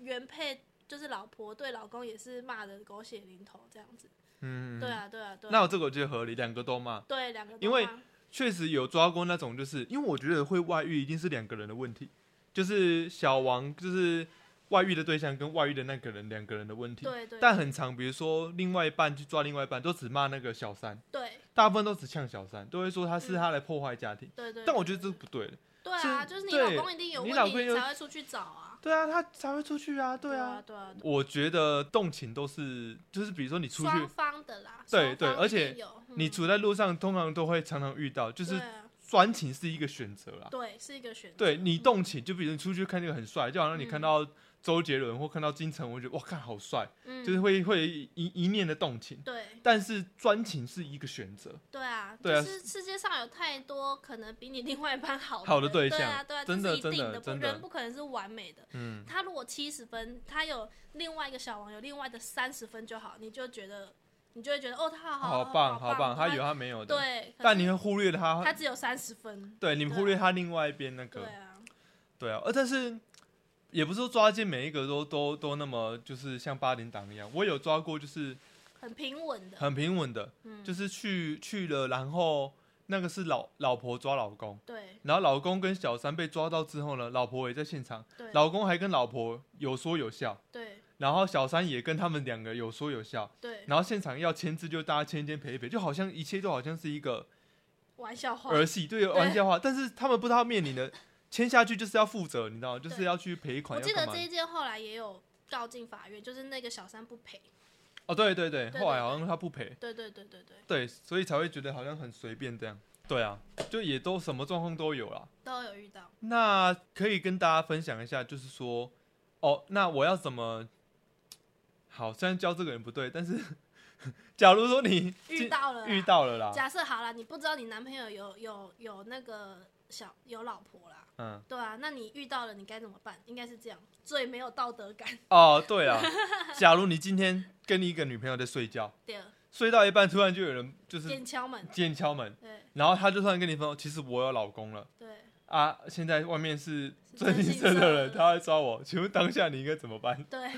Speaker 3: 原配就是老婆对老公也是骂的狗血淋头这样子，
Speaker 2: 嗯，
Speaker 3: 对啊，对啊，对啊。
Speaker 2: 那我这个我觉得合理，两个都骂，
Speaker 3: 对，两个都
Speaker 2: 因为
Speaker 3: 骂
Speaker 2: 确实有抓过那种，就是因为我觉得会外遇一定是两个人的问题，就是小王就是外遇的对象跟外遇的那个人两个人的问题。
Speaker 3: 对对
Speaker 2: 但很常，比如说另外一半去抓另外一半，都只骂那个小三，
Speaker 3: 对
Speaker 2: 大部分都只呛小三，都会说他是他来破坏家庭。
Speaker 3: 对对，
Speaker 2: 但我
Speaker 3: 对
Speaker 2: 觉得这是不对的。
Speaker 3: 对啊，
Speaker 2: 是
Speaker 3: 就是你
Speaker 2: 对
Speaker 3: 老公一定有
Speaker 2: 你
Speaker 3: 问
Speaker 2: 老
Speaker 3: 题，
Speaker 2: 公
Speaker 3: 你
Speaker 2: 有
Speaker 3: 才会出去找啊。
Speaker 2: 对啊，他才会出去啊，对啊
Speaker 3: 啊，。对啊，对
Speaker 2: 我觉得动情都是，就是比如说你出
Speaker 3: 双
Speaker 2: 去，
Speaker 3: 方的啦，
Speaker 2: 对
Speaker 3: 双
Speaker 2: 对
Speaker 3: 方
Speaker 2: 而
Speaker 3: 一定
Speaker 2: 且
Speaker 3: 有嗯
Speaker 2: 你处在路上，通常都会常常遇到，就是
Speaker 3: 对啊
Speaker 2: 专情是一个选择啊啦。
Speaker 3: 对是一个选择，
Speaker 2: 对你动情，就比如你出去看那个很帅，就好像你
Speaker 3: 嗯
Speaker 2: 看到周杰伦或看到金城武，我觉得哇，看好帅，
Speaker 3: 嗯
Speaker 2: 就是会会一一念的动情。
Speaker 3: 对
Speaker 2: 但是专情是一个选择，
Speaker 3: 对啊，
Speaker 2: 对啊
Speaker 3: 就是世界上有太多可能比你另外一半好
Speaker 2: 好的
Speaker 3: 的
Speaker 2: 对
Speaker 3: 对啊，
Speaker 2: 象
Speaker 3: 对啊，
Speaker 2: 真的
Speaker 3: 这是一
Speaker 2: 真
Speaker 3: 定
Speaker 2: 的
Speaker 3: 不
Speaker 2: 真的
Speaker 3: 人不可能是完美的。
Speaker 2: 嗯，
Speaker 3: 他如果七十分，他有另外一个小王有另外的三十分就好，你就觉得你就会觉得哦，他好
Speaker 2: 嗯好
Speaker 3: 好
Speaker 2: 棒
Speaker 3: 好
Speaker 2: 棒，他
Speaker 3: 他
Speaker 2: 有他没有的，
Speaker 3: 对，可
Speaker 2: 但
Speaker 3: 是
Speaker 2: 你会忽略
Speaker 3: 他
Speaker 2: 他，
Speaker 3: 只有三十分，
Speaker 2: 对你忽略他另外一边那
Speaker 3: 对
Speaker 2: 个，
Speaker 3: 啊，
Speaker 2: 对啊，呃，但是也不是说抓奸每一个都都都那么就是像八点档一样，我有抓过就是
Speaker 3: 很平稳的，
Speaker 2: 很平稳的，
Speaker 3: 嗯
Speaker 2: 就是去去了，然后那个是老老婆抓老公。
Speaker 3: 对
Speaker 2: 然后老公跟小三被抓到之后呢，老婆也在现场，
Speaker 3: 对
Speaker 2: 老公还跟老婆有说有笑，
Speaker 3: 对
Speaker 2: 然后小三也跟他们两个有说有笑，
Speaker 3: 对，
Speaker 2: 然后现场要签字就大家签一签陪一陪，就好像一切都好像是一个
Speaker 3: 玩笑话，
Speaker 2: 儿戏，对玩笑话，但是他们不知道面临的签下去就是要负责，你知道吗？就是
Speaker 3: 对
Speaker 2: 要去赔
Speaker 3: 我
Speaker 2: 款，
Speaker 3: 记
Speaker 2: 要
Speaker 3: 得
Speaker 2: 干嘛
Speaker 3: 这一
Speaker 2: 的？
Speaker 3: 件后来也有告进法院，就是那个小三不赔，
Speaker 2: 哦，对对对，
Speaker 3: 对
Speaker 2: 后来好像他不赔，
Speaker 3: 对对对对对，
Speaker 2: 对，所以才会觉得好像很随便这样，对啊，就也都什么状况都有啦。
Speaker 3: 都有遇到。
Speaker 2: 那可以跟大家分享一下，就是说，哦，那我要怎么？好，虽然教这个人不对，但是 假如说你
Speaker 3: 遇到了啦
Speaker 2: 遇到了啦，
Speaker 3: 假设好了，你不知道你男朋友有有有那个小有老婆啦，
Speaker 2: 嗯，
Speaker 3: 对啊，那你遇到了你该怎么办？应该是这样，最没有道德感
Speaker 2: 哦，对啊，假如你今天跟你一个女朋友在睡觉，
Speaker 3: 的
Speaker 2: 睡到一半突然就有人就是
Speaker 3: 电敲门，
Speaker 2: 进敲门，
Speaker 3: 对
Speaker 2: 然后他就突然跟你说，其实我有老公了
Speaker 3: 对，
Speaker 2: 啊，现在外面是
Speaker 3: 是
Speaker 2: 真
Speaker 3: 真
Speaker 2: 心
Speaker 3: 心
Speaker 2: 社的
Speaker 3: 社
Speaker 2: 人，
Speaker 3: 的
Speaker 2: 他来抓我，请问当下你应该怎么办？
Speaker 3: 对，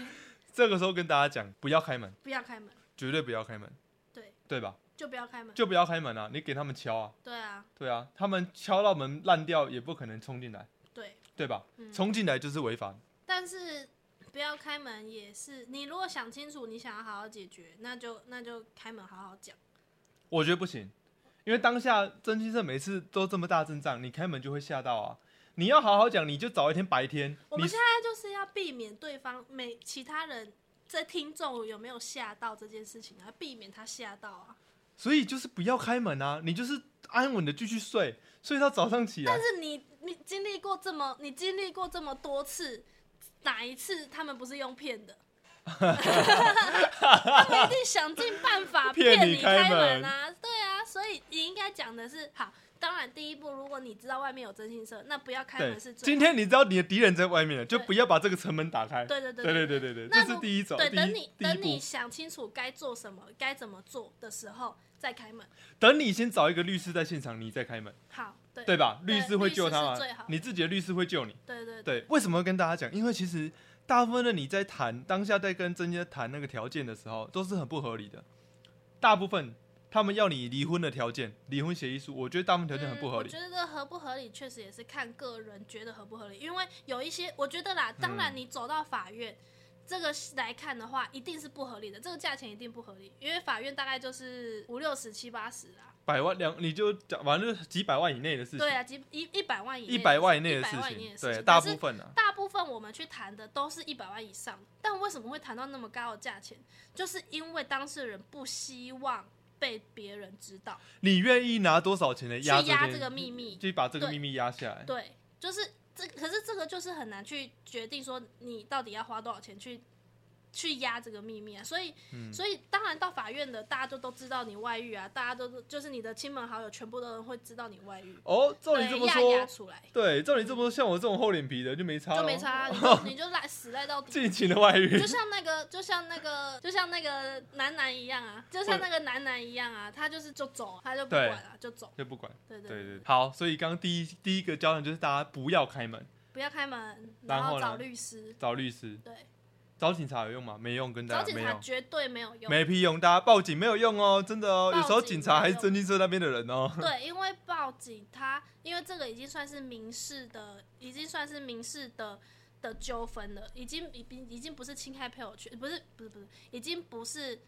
Speaker 2: 这个时候跟大家讲，不要开门，
Speaker 3: 不要开门，
Speaker 2: 绝对不要开门，
Speaker 3: 对，
Speaker 2: 对吧？
Speaker 3: 就不要开门，
Speaker 2: 就不要开门啊，你给他们敲啊。
Speaker 3: 对啊，
Speaker 2: 对啊，他们敲到门烂掉也不可能冲进来，
Speaker 3: 对，
Speaker 2: 对吧？
Speaker 3: 嗯
Speaker 2: 冲进来就是违法，
Speaker 3: 但是不要开门也是，你如果想清楚，你想要好好解决，那就那就开门好好讲。
Speaker 2: 我觉得不行，因为当下真心社每次都这么大阵仗，你开门就会吓到啊。你要好好讲，你就找一天白天。
Speaker 3: 我
Speaker 2: 你
Speaker 3: 们现在就是要避免对方每其他人这听众有没有吓到这件事情啊，避免他吓到啊。
Speaker 2: 所以就是不要开门啊，你就是安稳的继续睡，睡到早上起来
Speaker 3: 但。是你你经历过这么你经历过这么多次，哪一次他们不是用骗的？ 他们一定想尽办法
Speaker 2: 骗
Speaker 3: 骗
Speaker 2: 你
Speaker 3: 开
Speaker 2: 开门
Speaker 3: 啊！对啊，所以你应该讲的是好。当然，第一步，如果你知道外面有征信社，那不要开
Speaker 2: 对
Speaker 3: 门是，最
Speaker 2: 今
Speaker 3: 好
Speaker 2: 天你知道你的敌人在外面了，就
Speaker 3: 对
Speaker 2: 不要把这个城门打开。
Speaker 3: 对对对
Speaker 2: 对对对对对，
Speaker 3: 那
Speaker 2: 这
Speaker 3: 如
Speaker 2: 是第一种。
Speaker 3: 对，
Speaker 2: 第一
Speaker 3: 等你
Speaker 2: 第一
Speaker 3: 等你
Speaker 2: 步，
Speaker 3: 想清楚该做什么、该怎么做的时候再开门。
Speaker 2: 等你先找一个律师在现场，你再开门，
Speaker 3: 好，对
Speaker 2: 对吧？
Speaker 3: 对
Speaker 2: 律师会
Speaker 3: 律
Speaker 2: 救
Speaker 3: 师
Speaker 2: 他
Speaker 3: 是
Speaker 2: 嘛
Speaker 3: 最好？
Speaker 2: 你自己的律师会救你。
Speaker 3: 对对
Speaker 2: 对，为什么要跟大家讲？因为其实大部分的你在谈当下在跟曾家谈那个条件的时候，都是很不合理的。大部分他们要你离婚的条件、离婚协议书，我觉得大部分条件很不合理
Speaker 3: 嗯。我。觉得合不合理确实也是看个人觉得合不合理，因为有一些我觉得啦，当
Speaker 2: 嗯
Speaker 3: 然你走到法院、这个来看的话，一定是不合理的，这个价钱一定不合理，因为法院大概就是五六十、七八十啦，
Speaker 2: 百万两，你就讲，反正就是几百万以内的事情
Speaker 3: 对，啊，几一一百万以内
Speaker 2: 一百万以内
Speaker 3: 的
Speaker 2: 的事
Speaker 3: 100万以内
Speaker 2: 情
Speaker 3: 的，事
Speaker 2: 对，
Speaker 3: 情
Speaker 2: 大
Speaker 3: 但是
Speaker 2: 部分啊，
Speaker 3: 大部分我们去谈的都是一百万以上，但为什么会谈到那么高的价钱？就是因为当事人不希望被别人知道，
Speaker 2: 你愿意拿多少钱来
Speaker 3: 去
Speaker 2: 压
Speaker 3: 压
Speaker 2: 件
Speaker 3: 这个秘密。
Speaker 2: 就把这个
Speaker 3: 对
Speaker 2: 秘密压下来。
Speaker 3: 对，就是这，可是这个就是很难去决定说你到底要花多少钱去去压这个秘密啊。所以，
Speaker 2: 嗯
Speaker 3: 所以当然到法院的，大家就都知道你外遇啊，大家都就是你的亲朋好友全部都会知道你外遇，
Speaker 2: 哦，照你这
Speaker 3: 对，
Speaker 2: 么
Speaker 3: 压
Speaker 2: 说，
Speaker 3: 压出来
Speaker 2: 对，照你这么说，像我这种厚脸皮的就没差，
Speaker 3: 就没， 差，啊你就你就赖死赖到底。
Speaker 2: 尽情的外遇
Speaker 3: 就。像那个，就像那个，就像那个男男一样啊，就像那个男男一样啊，他就是就走，他就不
Speaker 2: 对
Speaker 3: 管了，就走。
Speaker 2: 就不管，
Speaker 3: 对
Speaker 2: 对
Speaker 3: 对，
Speaker 2: 对，好，所以刚刚第一第一个教程就是大家不要开门，
Speaker 3: 不要开门，
Speaker 2: 然
Speaker 3: 然
Speaker 2: 后
Speaker 3: 后
Speaker 2: 呢
Speaker 3: 找律师，
Speaker 2: 找律师，
Speaker 3: 对，
Speaker 2: 找警察有用吗？没用，跟大
Speaker 3: 找
Speaker 2: 家
Speaker 3: 警
Speaker 2: 没
Speaker 3: 察
Speaker 2: 用，
Speaker 3: 绝对没有用。
Speaker 2: 没屁用，大家报警没有用哦，真的哦，
Speaker 3: 报
Speaker 2: 有
Speaker 3: 警
Speaker 2: 时候警察还是侦缉社那边的人 哦。
Speaker 3: 对，因为报警他，因为这个已经算是民事的，已经算是民事的的纠纷了，已经已经已经不是侵害配偶权，不是不是不是，已经不是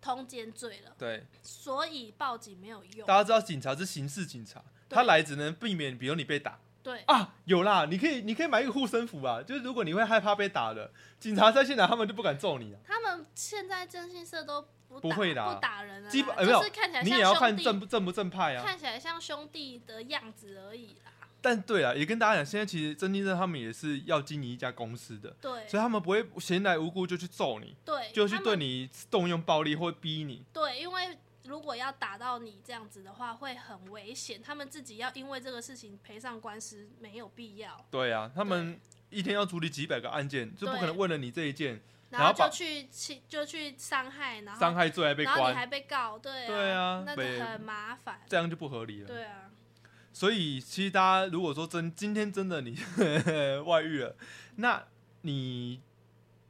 Speaker 3: 通奸罪了，
Speaker 2: 对，
Speaker 3: 所以报警没有用。
Speaker 2: 大家知道警察是刑事警察，
Speaker 3: 对
Speaker 2: 他来只能避免，比如你被打
Speaker 3: 对
Speaker 2: 啊，有啦，你可以你可以买一个护身符啊，就是如果你会害怕被打的，警察在现场他们就不敢揍你啊。
Speaker 3: 他们现在征信社都不
Speaker 2: 不
Speaker 3: 打
Speaker 2: 会啦
Speaker 3: 不打人了啦，
Speaker 2: 基本呃没有
Speaker 3: 就是看起来
Speaker 2: 你也要
Speaker 3: 啊像
Speaker 2: 看
Speaker 3: 兄弟，
Speaker 2: 正不正不正派啊。
Speaker 3: 看起来像兄弟的样子而已啦。
Speaker 2: 但对啊，也跟大家讲，现在其实侦缉社他们也是要经营一家公司的，
Speaker 3: 对
Speaker 2: 所以他们不会闲来无故就去揍你，
Speaker 3: 对，
Speaker 2: 就
Speaker 3: 他
Speaker 2: 去
Speaker 3: 们
Speaker 2: 对你动用暴力或逼你。
Speaker 3: 对，因为如果要打到你这样子的话，会很危险。他们自己要因为这个事情赔上官司，没有必要。
Speaker 2: 对啊，他们一天要处理几百个案件，就不
Speaker 3: 对
Speaker 2: 可能为了你这一件然
Speaker 3: 然后
Speaker 2: 后把
Speaker 3: 就去欺就去伤害，然后
Speaker 2: 伤害罪还被
Speaker 3: 然后你
Speaker 2: 关，
Speaker 3: 还被告，对啊，
Speaker 2: 对啊
Speaker 3: 那
Speaker 2: 被
Speaker 3: 就很麻烦。
Speaker 2: 这样就不合理了。
Speaker 3: 对啊，
Speaker 2: 所以其实大家如果说真今天真的你 外遇了，那你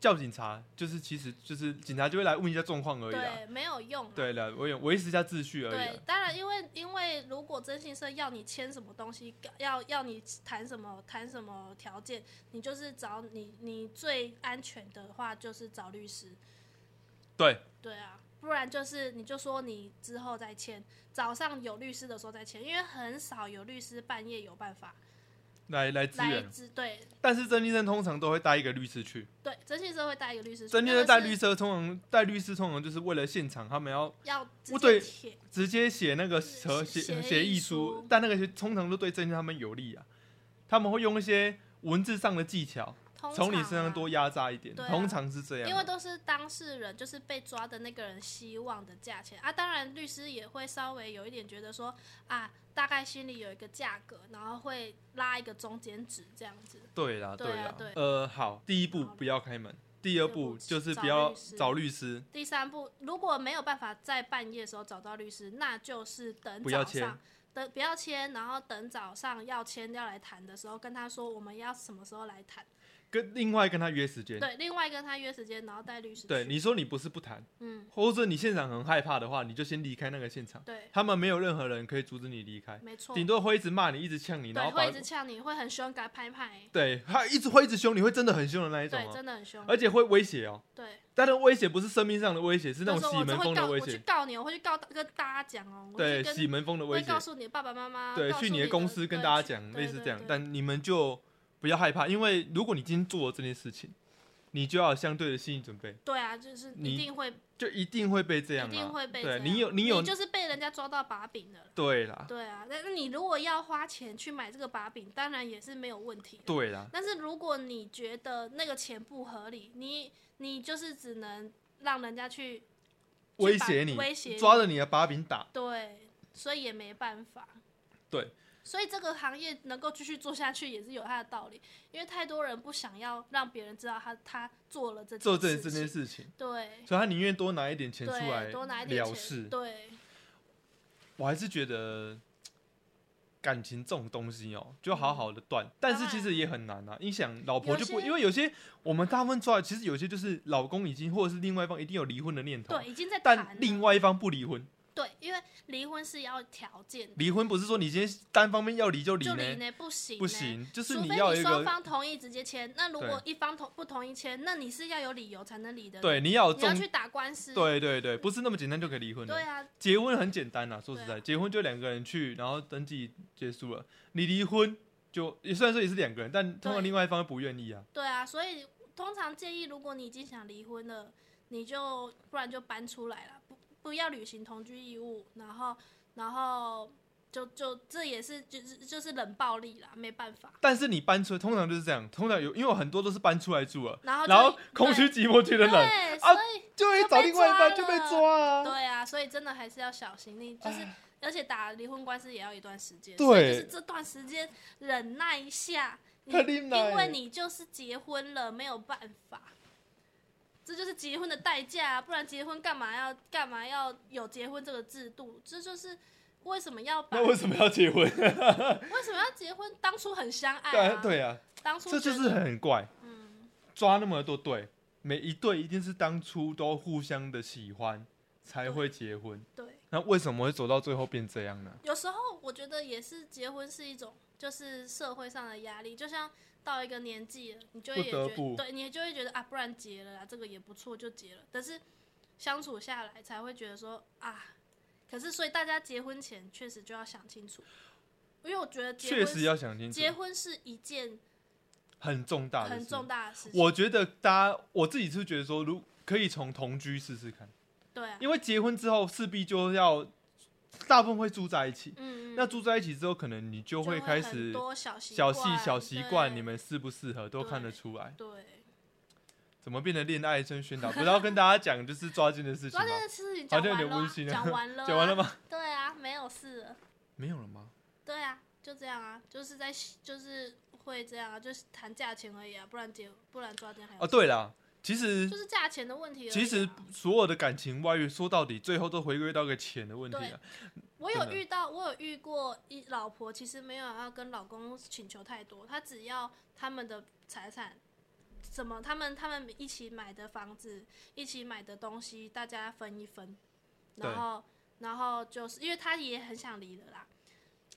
Speaker 2: 叫警察，就是其实就是警察就会来问一下状况而已啦。
Speaker 3: 对，没有用啊。
Speaker 2: 对啊了，维维持一下秩序而已
Speaker 3: 对
Speaker 2: 啦。，
Speaker 3: 当然，因为因为如果征信社要你签什么东西，要要你谈什么谈什么条件，你就是找你你最安全的话就是找律师，
Speaker 2: 对，
Speaker 3: 对啊，不然就是你就说你之后再签，早上有律师的时候再签，因为很少有律师半夜有办法
Speaker 2: 来来支
Speaker 3: 来
Speaker 2: 援。
Speaker 3: 支对
Speaker 2: 但是真医生通常都会带一个律师去，
Speaker 3: 对，征信社会带一个律师，
Speaker 2: 真医
Speaker 3: 那个
Speaker 2: 生
Speaker 3: 是
Speaker 2: 带律师通常带律师通常就是为了现场，他们要
Speaker 3: 要直
Speaker 2: 我
Speaker 3: 接
Speaker 2: 对
Speaker 3: 贴，
Speaker 2: 直接写那个和协
Speaker 3: 协协
Speaker 2: 协
Speaker 3: 议
Speaker 2: 议
Speaker 3: 书
Speaker 2: 书，但那个协通常都对证他们有利啊。他们会用一些文字上的技巧，
Speaker 3: 通
Speaker 2: 从你
Speaker 3: 常
Speaker 2: 身上
Speaker 3: 啊
Speaker 2: 多压榨一点，
Speaker 3: 对啊
Speaker 2: 通常是这样啊。
Speaker 3: 因为都是当事人，就是被抓的那个人希望的价钱啊。当然，律师也会稍微有一点觉得说啊，大概心里有一个价格，然后会拉一个中间值这样子。
Speaker 2: 对啦，
Speaker 3: 对啊
Speaker 2: 啦
Speaker 3: 对。
Speaker 2: 呃，好，第一步
Speaker 3: 好
Speaker 2: 不要开门，第二步
Speaker 3: 步
Speaker 2: 就是
Speaker 3: 找
Speaker 2: 不要
Speaker 3: 律师
Speaker 2: 找律师，
Speaker 3: 第三步，如果没有办法在半夜的时候找到律师，那就是等
Speaker 2: 不要
Speaker 3: 早
Speaker 2: 签
Speaker 3: 上，等不要签，然后等早上要签要来谈的时候，跟他说我们要什么时候来谈。
Speaker 2: 跟另外跟他约时间。
Speaker 3: 对，另外跟他约时间，然后带律师去。
Speaker 2: 对，你说你不是不谈，
Speaker 3: 嗯，
Speaker 2: 或者你现场很害怕的话，你就先离开那个现场。
Speaker 3: 对，
Speaker 2: 他们没有任何人可以阻止你离开，
Speaker 3: 没错，
Speaker 2: 顶多会一直骂你，一直呛你，然
Speaker 3: 对
Speaker 2: 后把
Speaker 3: 会一直呛你，会很凶，给他拍拍，
Speaker 2: 对他一直会一直凶你，会真的很凶的那一种
Speaker 3: 对，
Speaker 2: 哦，
Speaker 3: 真的很凶，
Speaker 2: 而且会威胁哦。
Speaker 3: 对，
Speaker 2: 但是威胁不是生命上的威胁，是那
Speaker 3: 时
Speaker 2: 种
Speaker 3: 候
Speaker 2: 洗
Speaker 3: 我
Speaker 2: 门
Speaker 3: 就会
Speaker 2: 风
Speaker 3: 告，
Speaker 2: 的威
Speaker 3: 我去
Speaker 2: 胁。
Speaker 3: 告你，我会去告跟大家讲哦，我
Speaker 2: 对，
Speaker 3: 去
Speaker 2: 洗
Speaker 3: 跟
Speaker 2: 门风的威
Speaker 3: 会
Speaker 2: 胁。
Speaker 3: 告诉你的爸爸妈妈，
Speaker 2: 对，
Speaker 3: 告诉
Speaker 2: 去
Speaker 3: 你
Speaker 2: 的
Speaker 3: 的
Speaker 2: 公司跟
Speaker 3: 对
Speaker 2: 大家
Speaker 3: 去
Speaker 2: 讲
Speaker 3: 对
Speaker 2: 类似
Speaker 3: 对
Speaker 2: 这样
Speaker 3: 对，
Speaker 2: 但你们就不要害怕，因为如果你今天做了这件事情，你就要有相对的心理准备，
Speaker 3: 对啊，就是
Speaker 2: 你
Speaker 3: 一定会
Speaker 2: 就一定会被这样
Speaker 3: 一
Speaker 2: 啦。
Speaker 3: 定会被
Speaker 2: 对
Speaker 3: 这
Speaker 2: 你
Speaker 3: 样
Speaker 2: 有你有
Speaker 3: 就是被人家抓到把柄的了。
Speaker 2: 对啦，
Speaker 3: 对啊，但是你如果要花钱去买这个把柄，当然也是没有问题的。
Speaker 2: 对啦，
Speaker 3: 但是如果你觉得那个钱不合理，你你就是只能让人家去
Speaker 2: 威胁
Speaker 3: 去把威胁
Speaker 2: 你，
Speaker 3: 你
Speaker 2: 抓着你的把柄打。
Speaker 3: 对，所以也没办法。
Speaker 2: 对，
Speaker 3: 所以这个行业能够继续做下去也是有它的道理，因为太多人不想要让别人知道他他做了这
Speaker 2: 做
Speaker 3: 件
Speaker 2: 这
Speaker 3: 事
Speaker 2: 这件
Speaker 3: 情，
Speaker 2: 事情，
Speaker 3: 对
Speaker 2: 所以他宁愿多拿一点钱出来
Speaker 3: 对，多拿一点
Speaker 2: 了
Speaker 3: 钱，
Speaker 2: 事。
Speaker 3: 对
Speaker 2: 我还是觉得感情这种东西哦，就好好的断，但是其实也很难啊。你想，老婆就不
Speaker 3: 嗯有些
Speaker 2: 因为有些我们大部分抓，其实有些就是老公已经或者是另外一方一定有离婚的念头，
Speaker 3: 对，已经在谈
Speaker 2: 哦但
Speaker 3: 了
Speaker 2: 另外一方不离婚。
Speaker 3: 对，因为离婚是要条件的，
Speaker 2: 离婚不是说你今天单方面要离就离
Speaker 3: 就
Speaker 2: 呢，
Speaker 3: 离呢不行，
Speaker 2: 不。行，就是
Speaker 3: 除非
Speaker 2: 要有一
Speaker 3: 双
Speaker 2: 个
Speaker 3: 方同意直接签，那如果一方同不同意签，那你是要有理由才能离的。，
Speaker 2: 对，你要有
Speaker 3: 你要
Speaker 2: 重，
Speaker 3: 去打官司。
Speaker 2: 对对对，不是那么简单就可以离婚的
Speaker 3: 对。啊，
Speaker 2: 结婚很简单啦，啊说实
Speaker 3: 对啊
Speaker 2: 在，结婚就两个人去，然后登记结束了。你离婚就也虽然说也是两个人，但通常
Speaker 3: 对
Speaker 2: 另外一方不愿意啊。
Speaker 3: 对啊，所以通常建议，如果你已经想离婚了，你就不然就搬出来了，不不要履行同居义务，然后然后就就这也是就是就是冷暴力啦，没办法。
Speaker 2: 但是你搬出，通常就是这样，通常有因为我很多都是搬出来住了，
Speaker 3: 然后就
Speaker 2: 然后空虚寂寞觉得
Speaker 3: 对，
Speaker 2: 冷，
Speaker 3: 哦对
Speaker 2: 啊
Speaker 3: 所以
Speaker 2: 就会找另外一半就
Speaker 3: 就
Speaker 2: 被
Speaker 3: 被抓了
Speaker 2: 抓啊。
Speaker 3: 对啊，所以真的还是要小心，你就是，而且打离婚官司也要一段时间，
Speaker 2: 对
Speaker 3: 所以就是这段时间忍耐一下，你
Speaker 2: 太忍
Speaker 3: 因
Speaker 2: 耐了
Speaker 3: 为你就是结婚了，没有办法，这就是结婚的代价、啊，不然结婚干嘛要干嘛要有结婚这个制度？这就是为什么要把
Speaker 2: 那为什么要结婚？
Speaker 3: 为什么要结婚？当初很相爱、
Speaker 2: 对
Speaker 3: 啊，，
Speaker 2: 对啊，
Speaker 3: 当初
Speaker 2: 这就
Speaker 3: 觉
Speaker 2: 是
Speaker 3: 得
Speaker 2: 很怪。
Speaker 3: 嗯，
Speaker 2: 抓那么多对，每一对一定是当初都互相的喜欢才会结婚。
Speaker 3: 对。
Speaker 2: 那为什么会走到最后变这样呢？
Speaker 3: 有时候我觉得也是，结婚是一种就是社会上的压力，就像到一个年纪了，你就会
Speaker 2: 不
Speaker 3: 也
Speaker 2: 得
Speaker 3: 觉
Speaker 2: 不
Speaker 3: 得，对，你就会觉得啊，不然结了啦，这个也不错，就结了。但是相处下来才会觉得说啊，可是所以大家结婚前确实就要想清楚，因为我觉得结
Speaker 2: 确
Speaker 3: 婚
Speaker 2: 实
Speaker 3: 是
Speaker 2: 要想清楚，
Speaker 3: 结婚是一件
Speaker 2: 很重大的事，
Speaker 3: 很重大的事情，
Speaker 2: 我觉得大家，我自己是觉得说，如可以从同居试试看，
Speaker 3: 对啊，
Speaker 2: 因为结婚之后势必就要大部分会住在一起。
Speaker 3: 嗯，嗯
Speaker 2: 那住在一起之后，可能你就
Speaker 3: 就
Speaker 2: 会
Speaker 3: 会
Speaker 2: 开
Speaker 3: 很
Speaker 2: 始
Speaker 3: 多小习
Speaker 2: 小
Speaker 3: 小
Speaker 2: 细小习惯，你
Speaker 3: 们
Speaker 2: 们适不适合都看得出来。
Speaker 3: 对，
Speaker 2: 怎么变成恋爱生宣导？不是要跟大家讲就是抓奸的事情
Speaker 3: 抓
Speaker 2: 吗
Speaker 3: 这？件事情
Speaker 2: 好像
Speaker 3: 讲
Speaker 2: 有
Speaker 3: 完
Speaker 2: 点
Speaker 3: 了
Speaker 2: 温
Speaker 3: 啊，
Speaker 2: 馨啊
Speaker 3: 讲完了啊，
Speaker 2: 讲完了吗？
Speaker 3: 对啊，没有事了。
Speaker 2: 没有了吗？
Speaker 3: 对啊，就这样啊，就是在就是会这样啊，就是谈价钱而已啊，不然结不然抓奸还有
Speaker 2: 哦，对啦，其实
Speaker 3: 就是价钱的问题而已啊、
Speaker 2: 其实所有的感情外遇，说到底最后都回归到一个钱的问题啊。
Speaker 3: 我
Speaker 2: 真
Speaker 3: 有
Speaker 2: 的
Speaker 3: 遇到，我有遇过一老婆，其实没有要跟老公请求太多，她只要他们的财产。什么？他们他们一起买的房子，一起买的东西，大家分一分，
Speaker 2: 对
Speaker 3: 然后然后就是因为她也很想离了啦，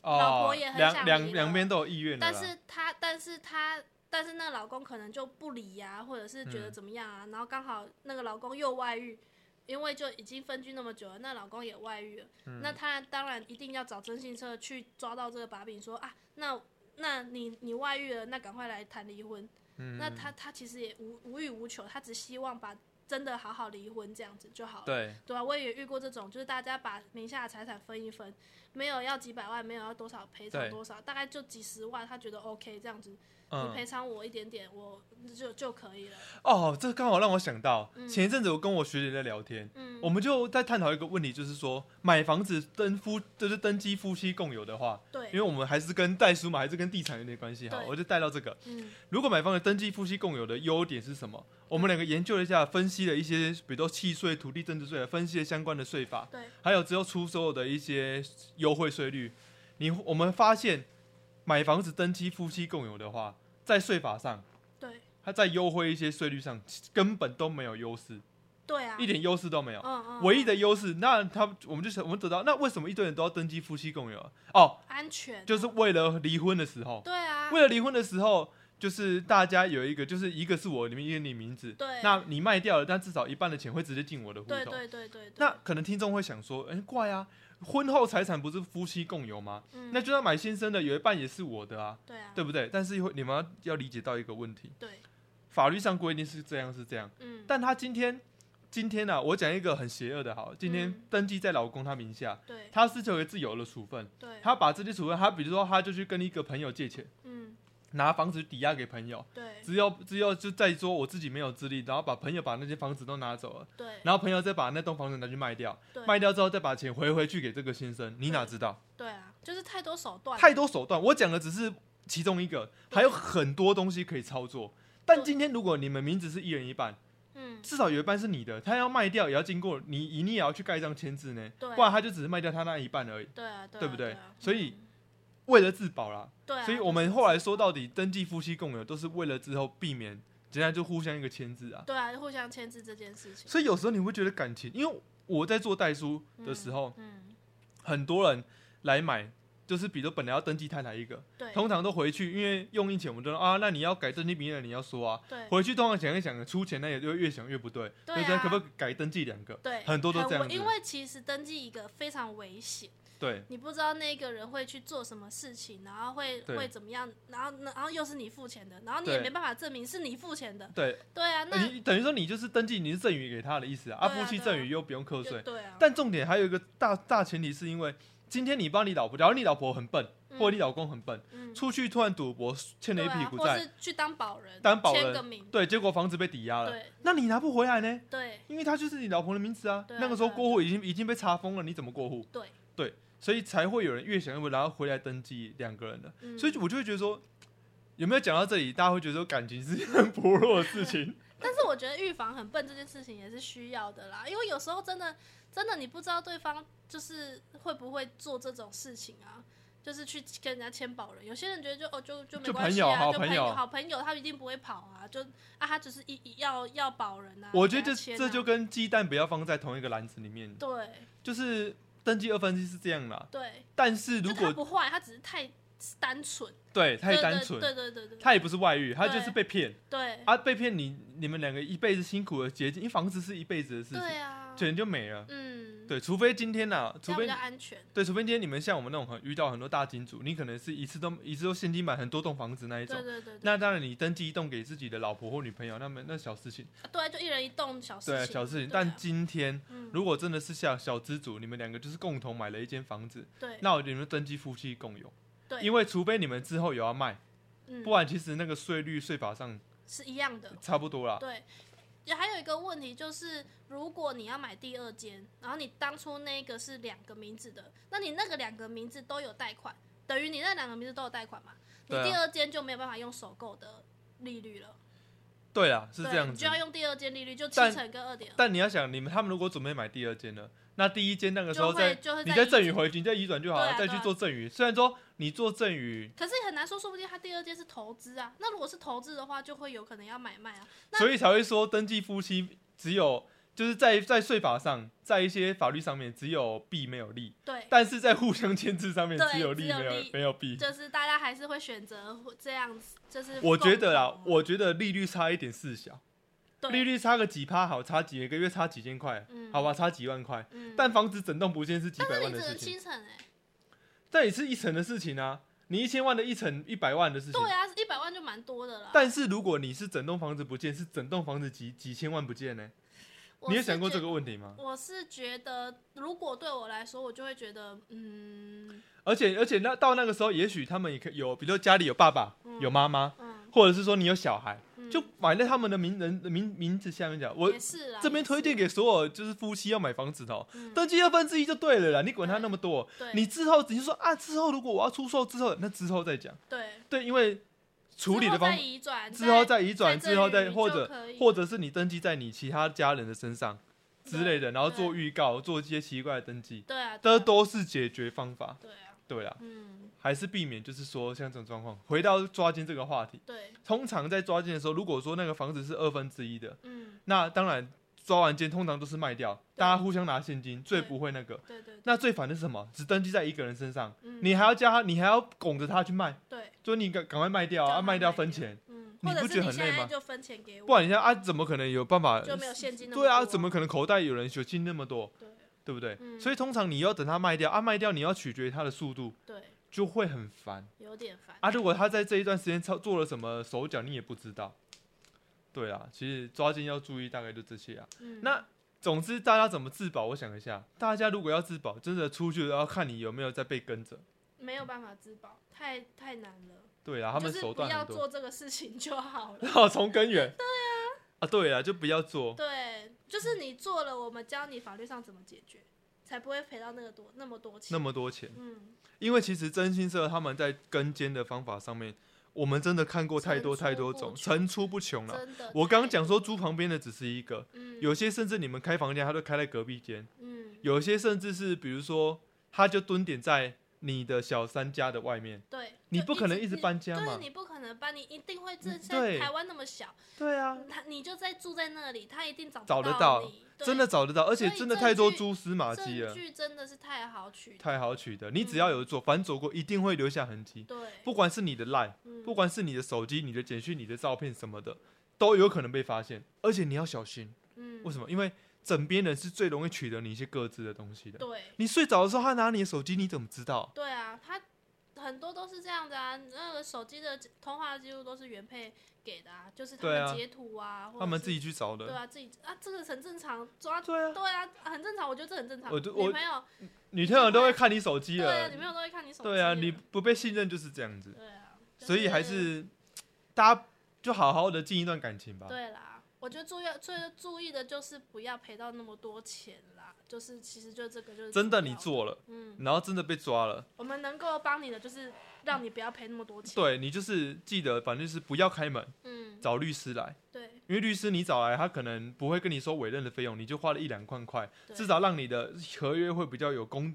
Speaker 3: 老
Speaker 2: 哦
Speaker 3: 婆也，很
Speaker 2: 两
Speaker 3: 想
Speaker 2: 两
Speaker 3: 离
Speaker 2: 两
Speaker 3: 了
Speaker 2: 边都有意愿的
Speaker 3: 但
Speaker 2: 啦。
Speaker 3: 是她，但是她，但是那个老公可能就不理呀、或者是觉得怎么样啊，然后刚好那个老公又外遇，因为就已经分居那么久了，那老公也外遇了，
Speaker 2: 嗯
Speaker 3: 那她当然一定要找征信社去抓到这个把柄说，啊，那那你你外遇了，那赶快来谈离婚。
Speaker 2: 嗯
Speaker 3: 那她她其实也无无欲无求，她只希望把真的好好离婚这样子就好了。
Speaker 2: 对，
Speaker 3: 对啊，我也遇过这种，就是大家把名下的财产分一分，没有要几百万，没有要多少赔
Speaker 2: 对
Speaker 3: 偿多少，大概就几十万，他觉得 OK 这样子，你
Speaker 2: 嗯，
Speaker 3: 赔偿我一点点，我就就可以了。
Speaker 2: 哦，这刚好让我想到，
Speaker 3: 嗯
Speaker 2: 前一阵子我跟我学姐在聊天，
Speaker 3: 嗯，
Speaker 2: 我们就在探讨一个问题，就是说买房子登夫就是登记夫妻共有的话，因
Speaker 3: 对，
Speaker 2: 为我们还是跟代书嘛，还是跟地产有点关系哈，
Speaker 3: 对
Speaker 2: 我就带到这个。
Speaker 3: 嗯，
Speaker 2: 如果买房子登记夫妻共有的优点是什么？我们两个研究了一下，分析了一些，比如说契税、土地增值税，分析了相关的税法，
Speaker 3: 对，
Speaker 2: 还有之后出售的一些优惠税率。你我们发现，买房子登记夫妻共有的话，在税法上
Speaker 3: 对，
Speaker 2: 它他再优惠一些税率上根本都没有优势，
Speaker 3: 对啊，
Speaker 2: 一点优势都没有。
Speaker 3: 嗯嗯，
Speaker 2: 唯一
Speaker 3: 嗯
Speaker 2: 的优势，那他我们就想，我们得到，那为什么一堆人都要登记夫妻共有啊？哦，
Speaker 3: 嗯安全
Speaker 2: 就是为了离婚的时候，
Speaker 3: 对啊，
Speaker 2: 为了离婚的时候，就是大家有一个，就是一个是我，里面一个你名字，
Speaker 3: 对
Speaker 2: 那你卖掉了，但至少一半的钱会直接进我的户头。
Speaker 3: 对对对对对，
Speaker 2: 那可能听众会想说，哎、怪啊，婚后财产不是夫妻共有吗？
Speaker 3: 嗯
Speaker 2: 那就算买先生的，有一半也是我的啊，
Speaker 3: 对啊
Speaker 2: 对不对？但是会你们要要理解到一个问题，
Speaker 3: 对
Speaker 2: 法律上规定是这样是这样，
Speaker 3: 嗯
Speaker 2: 但他今天。今天啊，我讲一个很邪恶的，好了，今天
Speaker 3: 嗯
Speaker 2: 登记在老公他名下，
Speaker 3: 对
Speaker 2: 他是有一自由的处分，
Speaker 3: 对
Speaker 2: 他把这些处分，他比如说他就去跟一个朋友借钱，
Speaker 3: 嗯
Speaker 2: 拿房子抵押给朋友，
Speaker 3: 对
Speaker 2: 只有只有就再说我自己没有资历，然后把朋友把那些房子都拿走了，
Speaker 3: 对
Speaker 2: 然后朋友再把那栋房子拿去卖掉，
Speaker 3: 对
Speaker 2: 卖掉之后再把钱回回去给这个先生，你哪知道？
Speaker 3: 对啊，就是太多手段了，
Speaker 2: 太多手段，我讲的只是其中一个，还有很多东西可以操作。但
Speaker 3: 对
Speaker 2: 今天如果你们名字是一人一半，
Speaker 3: 嗯
Speaker 2: 至少有一半是你的，他要卖掉也要经过你，你也要去盖一张签字呢，
Speaker 3: 对
Speaker 2: 不然他就只是卖掉他那一半而已。
Speaker 3: 对啊对啊
Speaker 2: 对不对
Speaker 3: 啊
Speaker 2: 所以
Speaker 3: 嗯
Speaker 2: 为了自保啦，
Speaker 3: 对啊，
Speaker 2: 所以我们后来说到底登记夫妻共有都是为了之后避免，人家就互相一个签字啊。
Speaker 3: 对啊，互相牵制这件事情，
Speaker 2: 所以有时候你会觉得感情，因为我在做代书的时候，
Speaker 3: 嗯
Speaker 2: 很多人来买，就是比如本来要登记太太一个，
Speaker 3: 对
Speaker 2: 通常都回去，因为用印前我们都说啊，那你要改登记名人，你要说啊，
Speaker 3: 对
Speaker 2: 回去通常想一想，出钱那也就会越想越不对，
Speaker 3: 对
Speaker 2: 就
Speaker 3: 啊
Speaker 2: 是可不可以改登记两个？
Speaker 3: 对
Speaker 2: 很多都这样
Speaker 3: 危
Speaker 2: 子
Speaker 3: 因为其实登记一个非常危险，
Speaker 2: 对
Speaker 3: 你不知道那个人会去做什么事情，然后会
Speaker 2: 对
Speaker 3: 会怎么样，然后然后又是你付钱的，然后你也
Speaker 2: 对
Speaker 3: 没办法证明是你付钱的，
Speaker 2: 对，
Speaker 3: 对啊，那
Speaker 2: 你等于说你就是登记你是赠与给他的意思啊，啊
Speaker 3: 对啊
Speaker 2: 夫妻
Speaker 3: 对啊
Speaker 2: 赠与又不用课税
Speaker 3: 就，对啊，
Speaker 2: 但重点还有一个大大前提是因为。今天你帮你老婆，假如你老婆很笨，
Speaker 3: 嗯
Speaker 2: 或者你老公很笨，
Speaker 3: 嗯
Speaker 2: 出去突然赌博欠了一
Speaker 3: 对
Speaker 2: 屁
Speaker 3: 啊，
Speaker 2: 股
Speaker 3: 或
Speaker 2: 债，
Speaker 3: 是去当保人，
Speaker 2: 当保
Speaker 3: 签
Speaker 2: 人
Speaker 3: 个名，
Speaker 2: 对，结果房子被抵押了，
Speaker 3: 对
Speaker 2: 那你拿不回来呢？
Speaker 3: 对
Speaker 2: 因为他就是你老婆的名字啊。
Speaker 3: 对啊
Speaker 2: 那个时候
Speaker 3: 对啊
Speaker 2: 过户已经已经被查封了，你怎么过户？
Speaker 3: 对，
Speaker 2: 所以才会有人越想越不，然后回来登记两个人的。
Speaker 3: 嗯
Speaker 2: 所以我就会觉得说，有没有讲到这里，大家会觉得说感情是一件很薄弱的事情。
Speaker 3: 但是我觉得预防很笨这件事情也是需要的啦，因为有时候真的真的你不知道对方就是会不会做这种事情啊，就是去跟人家签保人。有些人觉得就哦就就没
Speaker 2: 就
Speaker 3: 关系
Speaker 2: 朋友
Speaker 3: 啊，
Speaker 2: 好
Speaker 3: 就
Speaker 2: 朋
Speaker 3: 朋
Speaker 2: 友
Speaker 3: 好朋友他一定不会跑啊，就啊他只是一一要要保人啊。
Speaker 2: 我觉得
Speaker 3: 给
Speaker 2: 这
Speaker 3: 他签啊
Speaker 2: 这就跟鸡蛋不要放在同一个篮子里面，
Speaker 3: 对
Speaker 2: 就是登记二分之一是这样啦。
Speaker 3: 对，
Speaker 2: 但是
Speaker 3: 就
Speaker 2: 如
Speaker 3: 他
Speaker 2: 果
Speaker 3: 不坏，他只是太单纯，
Speaker 2: 对太
Speaker 3: 对
Speaker 2: 单
Speaker 3: 对
Speaker 2: 纯，
Speaker 3: 对对对对，
Speaker 2: 他也不是外遇，他
Speaker 3: 对
Speaker 2: 就是被骗
Speaker 3: 对
Speaker 2: 啊，被骗你你们两个一辈子辛苦的结晶，因为房子是一辈子的事
Speaker 3: 对
Speaker 2: 情，
Speaker 3: 啊，
Speaker 2: 钱就没了。
Speaker 3: 嗯，
Speaker 2: 对，除非今天呐、
Speaker 3: 这
Speaker 2: 除
Speaker 3: 样
Speaker 2: 非
Speaker 3: 比较安全。
Speaker 2: 对，除非今天你们像我们那种很遇到很多大金主，你可能是一次都一次都现金买很多栋房子那一
Speaker 3: 对
Speaker 2: 种
Speaker 3: 对。对对，
Speaker 2: 那当然，你登记一栋给自己的老婆或女朋友，那么那小事情，
Speaker 3: 对啊就一人一栋小事
Speaker 2: 对
Speaker 3: 情，
Speaker 2: 小事
Speaker 3: 对
Speaker 2: 情。
Speaker 3: 啊
Speaker 2: 但今天
Speaker 3: 嗯
Speaker 2: 如果真的是像小资主，你们两个就是共同买了一间房子，
Speaker 3: 对
Speaker 2: 那我你们登记夫妻共有，
Speaker 3: 对，
Speaker 2: 因为除非你们之后有要卖，
Speaker 3: 嗯
Speaker 2: 不然其实那个税率税法上
Speaker 3: 是一样的。
Speaker 2: 差不多啦。
Speaker 3: 对，也还有一个问题就是，如果你要买第二间，然后你当初那个是两个名字的，那你那个两个名字都有贷款，等于你那两个名字都有贷款嘛？你
Speaker 2: 对啊
Speaker 3: 第二间就没有办法用首购的利率了，
Speaker 2: 对啦，是
Speaker 3: 对
Speaker 2: 这样
Speaker 3: 你
Speaker 2: 子
Speaker 3: 就。要用第二间利率，就七
Speaker 2: 但
Speaker 3: 成跟二点二，
Speaker 2: 但你要想，你们他们如果准备买第二间了，那第一间那个时候
Speaker 3: 就会
Speaker 2: 再
Speaker 3: 就会
Speaker 2: 你
Speaker 3: 在
Speaker 2: 再
Speaker 3: 移
Speaker 2: 赠与
Speaker 3: 转
Speaker 2: 回去，你再移转就好了，
Speaker 3: 对啊
Speaker 2: 再
Speaker 3: 对
Speaker 2: 去
Speaker 3: 啊
Speaker 2: 做赠与。虽然说你做赠与，
Speaker 3: 可是也很难说，说不定他第二间是投资啊。那如果是投资的话，就会有可能要买卖啊。那
Speaker 2: 所以才会说登记夫妻只有就是在在税法上，在一些法律上面只有弊没有利，
Speaker 3: 对，
Speaker 2: 但是在互相牵制上面
Speaker 3: 对
Speaker 2: 只有
Speaker 3: 只
Speaker 2: 利
Speaker 3: 有
Speaker 2: 没有
Speaker 3: 利
Speaker 2: 没有弊。
Speaker 3: 就是大家还是会选择这样子，就是
Speaker 2: 我觉得啦
Speaker 3: 共，同啊
Speaker 2: 我觉得利率差一点事小，
Speaker 3: 对
Speaker 2: 利率差个几趴好，差几个月差几千块，
Speaker 3: 嗯
Speaker 2: 好吧，差几万块。
Speaker 3: 嗯，
Speaker 2: 但房子整栋不见是几
Speaker 3: 但
Speaker 2: 百
Speaker 3: 是
Speaker 2: 万
Speaker 3: 你
Speaker 2: 的
Speaker 3: 只
Speaker 2: 事
Speaker 3: 能
Speaker 2: 情，
Speaker 3: 七成哎、
Speaker 2: 但也是一层的事情啊。你一千万的一层，一百万的事情。
Speaker 3: 对啊，一百万就蛮多的啦。
Speaker 2: 但是如果你是整栋房子不见，是整栋房子几几千万不见呢、
Speaker 3: 我
Speaker 2: 你有
Speaker 3: 是
Speaker 2: 想过
Speaker 3: 觉
Speaker 2: 这个问题吗？
Speaker 3: 我是觉得，如果对我来说，我就会觉得，嗯
Speaker 2: 而且而且那到那个时候，也许他们也可以有，比如说家里有爸爸、
Speaker 3: 嗯
Speaker 2: 有妈妈，
Speaker 3: 嗯，
Speaker 2: 或者是说你有小孩，
Speaker 3: 嗯
Speaker 2: 就买在他们的名人名名字下面讲。我
Speaker 3: 也是啦，
Speaker 2: 这边
Speaker 3: 也
Speaker 2: 推荐
Speaker 3: 是
Speaker 2: 给所有就是夫妻要买房子的、哦，
Speaker 3: 嗯
Speaker 2: 登记二分之一就对了啦，你管他那么多。
Speaker 3: 对
Speaker 2: 你之后只是说啊，之后如果我要出售之后，那之后再讲。
Speaker 3: 对
Speaker 2: 对，因为处理的方
Speaker 3: 之后再移转，
Speaker 2: 之后再移转，
Speaker 3: 赠
Speaker 2: 之后再
Speaker 3: 与
Speaker 2: 或
Speaker 3: 就
Speaker 2: 者
Speaker 3: 可以
Speaker 2: 或者是你登记在你其他家人的身上之类的，然后做
Speaker 3: 对
Speaker 2: 预告，做一些奇怪的登记，
Speaker 3: 对啊，对
Speaker 2: 这
Speaker 3: 啊
Speaker 2: 都是解决方法。
Speaker 3: 对啊，
Speaker 2: 对啦，
Speaker 3: 嗯，
Speaker 2: 还是避免就是说像这种状况。回到抓奸这个话题，
Speaker 3: 对，
Speaker 2: 通常在抓奸的时候，如果说那个房子是二分之一的，
Speaker 3: 嗯，
Speaker 2: 那当然抓完奸通常都是卖掉，
Speaker 3: 对
Speaker 2: 大家互相拿现金，最
Speaker 3: 对
Speaker 2: 不会那个。
Speaker 3: 对对，
Speaker 2: 那最烦的是什么？只登记在一个人身上，
Speaker 3: 嗯，
Speaker 2: 你还要叫他，你还要拱着他去卖，
Speaker 3: 对，
Speaker 2: 就你赶赶快卖掉
Speaker 3: 叫
Speaker 2: 啊，
Speaker 3: 他
Speaker 2: 卖掉
Speaker 3: 卖
Speaker 2: 分
Speaker 3: 掉
Speaker 2: 钱，
Speaker 3: 嗯，
Speaker 2: 你
Speaker 3: 或者
Speaker 2: 不觉
Speaker 3: 是
Speaker 2: 得
Speaker 3: 你
Speaker 2: 很
Speaker 3: 现
Speaker 2: 累
Speaker 3: 在
Speaker 2: 吗
Speaker 3: 就分钱给我，
Speaker 2: 不然你像啊，怎么可能有办法？
Speaker 3: 就没有现金那么
Speaker 2: 对啊，
Speaker 3: 多
Speaker 2: 怎么？可能口袋有人有金那么多，
Speaker 3: 对
Speaker 2: 对不对？
Speaker 3: 嗯
Speaker 2: 所以通常你要等他卖掉啊，卖掉你要取决于他的速度，
Speaker 3: 对，
Speaker 2: 就会很烦
Speaker 3: 有点烦，
Speaker 2: 啊。如果他在这一段时间操做了什么手脚，你也不知道。对啊，其实抓奸要注意，大概就这些啊。
Speaker 3: 嗯，
Speaker 2: 那总之，大家怎么自保？我想一下，大家如果要自保，真的出去要看你有没有在被跟着。
Speaker 3: 没有办法自保，太太难了，
Speaker 2: 对啊，他们
Speaker 3: 就是
Speaker 2: 手
Speaker 3: 不
Speaker 2: 段
Speaker 3: 要
Speaker 2: 很多，
Speaker 3: 做这个事情就好了。
Speaker 2: 要从根源。对啊，啊对啊，就不要做。
Speaker 3: 对，就是你做了，我们教你法律上怎么解决，才不会赔到那个多那么多钱。
Speaker 2: 那么多钱，
Speaker 3: 嗯，
Speaker 2: 因为其实真心社他们在跟监的方法上面，我们真的看过太多
Speaker 3: 层出
Speaker 2: 太多
Speaker 3: 不
Speaker 2: 种，
Speaker 3: 穷
Speaker 2: 层出不穷了。
Speaker 3: 真的。
Speaker 2: 我刚刚讲，说租旁边的只是一个，
Speaker 3: 嗯，
Speaker 2: 有些甚至你们开房间，他都开在隔壁间；
Speaker 3: 嗯，
Speaker 2: 有些甚至是比如说，他就蹲点在你的小三家的外面，
Speaker 3: 对，
Speaker 2: 你
Speaker 3: 就
Speaker 2: 不可能一直
Speaker 3: 直
Speaker 2: 搬家
Speaker 3: 对
Speaker 2: 嘛？
Speaker 3: 你不可能搬，你一定会
Speaker 2: 嗯
Speaker 3: 这现在
Speaker 2: 对
Speaker 3: 台湾那么小，
Speaker 2: 对啊，
Speaker 3: 他你就在住在那里，他一定找
Speaker 2: 找得
Speaker 3: 得
Speaker 2: 到
Speaker 3: 你。对
Speaker 2: 真的找得到，而且
Speaker 3: 所以
Speaker 2: 真的
Speaker 3: 证
Speaker 2: 太多
Speaker 3: 据
Speaker 2: 蛛丝马迹
Speaker 3: 证
Speaker 2: 了，
Speaker 3: 据真的是太好取得，
Speaker 2: 啊太好取的。你只要有做，反走过一定会留下痕迹，
Speaker 3: 嗯对，
Speaker 2: 不管是你的赖，
Speaker 3: 嗯
Speaker 2: 不管是你的手机、你的简讯、你的照片什么的，都有可能被发现。而且你要小心，
Speaker 3: 嗯，
Speaker 2: 为什么？因为枕边人是最容易取得你一些各自的东西的。
Speaker 3: 对
Speaker 2: 你睡着的时候，他拿你的手机，你怎么知道？
Speaker 3: 对啊，他很多都是这样的啊，那个手机的通话记录都是原配给的啊，就是他
Speaker 2: 对啊
Speaker 3: 们截图啊，
Speaker 2: 他
Speaker 3: 或者
Speaker 2: 们
Speaker 3: 是
Speaker 2: 自己去找
Speaker 3: 对
Speaker 2: 的。
Speaker 3: 啊，自己啊，这个很正常，抓
Speaker 2: 对啊，
Speaker 3: 对啊，很正常，我觉得这很正常。
Speaker 2: 我就我
Speaker 3: 女朋友
Speaker 2: 女朋友都会看你手机
Speaker 3: 对啊，女
Speaker 2: 了。
Speaker 3: 朋友都会看你手机。
Speaker 2: 对啊，你不被信任就是这样子，
Speaker 3: 对啊，就
Speaker 2: 所以还是大家就好好的进一段感情吧。
Speaker 3: 对啦。我觉得注意最注意的就是不要赔到那么多钱啦，就是其实就这个就是
Speaker 2: 真的
Speaker 3: 主
Speaker 2: 你
Speaker 3: 要，
Speaker 2: 做了，
Speaker 3: 嗯，
Speaker 2: 然后真的被抓了，
Speaker 3: 我们能够帮你的就是让你不要赔那么多钱。，
Speaker 2: 对你就是记得，反正就是不要开门，
Speaker 3: 嗯，
Speaker 2: 找律师来。
Speaker 3: 对，
Speaker 2: 因为律师你找来，他可能不会跟你收委任的费用，你就花了一两万块，
Speaker 3: 对
Speaker 2: 至少让你的合约会比较有公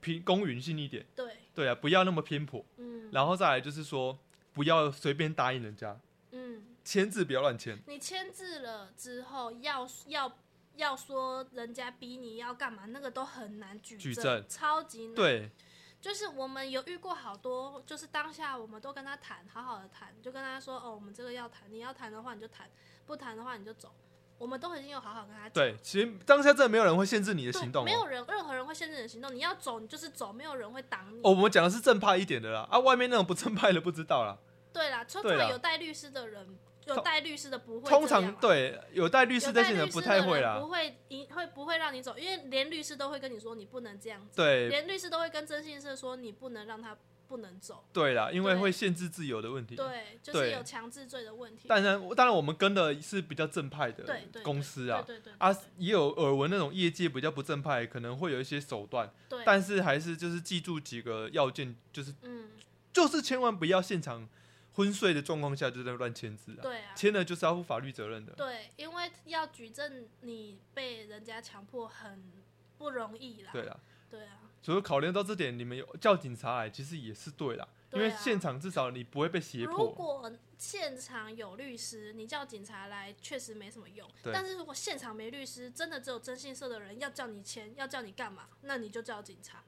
Speaker 2: 平公允性一点。
Speaker 3: 对，
Speaker 2: 对啊，不要那么偏颇。
Speaker 3: 嗯
Speaker 2: 然后再来就是说，不要随便答应人家，
Speaker 3: 嗯。
Speaker 2: 签字不要乱签。
Speaker 3: 你签字了之后，要要要说人家逼你要干嘛，那个都很难举
Speaker 2: 举证
Speaker 3: 证超级难。，
Speaker 2: 对
Speaker 3: 就是我们有遇过好多，就是当下我们都跟他谈，好好的谈，就跟他说哦，我们这个要谈，你要谈的话你就谈，不谈的话你就走。我们都已经有好好跟他讲。
Speaker 2: 对，其实当下真的没有人会限制你的
Speaker 3: 对
Speaker 2: 行动、
Speaker 3: 没
Speaker 2: 哦。
Speaker 3: 有人，任何人会限制你的行动。你要走，你就是走，没有人会挡你。
Speaker 2: 哦，我们讲的是正派一点的啦，啊，外面那种不正派的不知道啦。
Speaker 3: 对啦，通
Speaker 2: 对啦
Speaker 3: 常有带律师的人，有
Speaker 2: 通
Speaker 3: 带律师的不会这
Speaker 2: 通
Speaker 3: 样啊。
Speaker 2: 常对有带律
Speaker 3: 律
Speaker 2: 师在现场不太会啦
Speaker 3: 不，会一会不会让你走，因为连律师都会跟你说你不能这样子，
Speaker 2: 对
Speaker 3: 连律师都会跟征信社说你不能让他不能走，
Speaker 2: 对啦，因为
Speaker 3: 对
Speaker 2: 会限制自由的问题。
Speaker 3: 对，就
Speaker 2: 对
Speaker 3: 是有强制罪的问题，
Speaker 2: 当然，当然我们跟的是比较正派
Speaker 3: 对
Speaker 2: 的
Speaker 3: 对对
Speaker 2: 公司啊，
Speaker 3: 对对对
Speaker 2: 啊，也有耳闻那种业界比较不正派，可能会有一些手段，
Speaker 3: 对，
Speaker 2: 但是还是就是记住几个要件，就是
Speaker 3: 嗯，
Speaker 2: 就是千万不要现场昏睡的状况下就在乱签字啊，
Speaker 3: 对啊，
Speaker 2: 签了就是要负法律责任的。
Speaker 3: 对，因为要举证你被人家强迫很不容易啦，
Speaker 2: 对啦，
Speaker 3: 对啊，
Speaker 2: 所以考量到这点，你们有叫警察来，其实也是对啦，因为
Speaker 3: 对啊
Speaker 2: 现场至少你不会被胁
Speaker 3: 如
Speaker 2: 迫。
Speaker 3: 果现场有律师，你叫警察来确实没什么用。
Speaker 2: 对
Speaker 3: 但是如果现场没律师，真的只有征信社的人要叫你签，要叫你干嘛，那你就叫警察。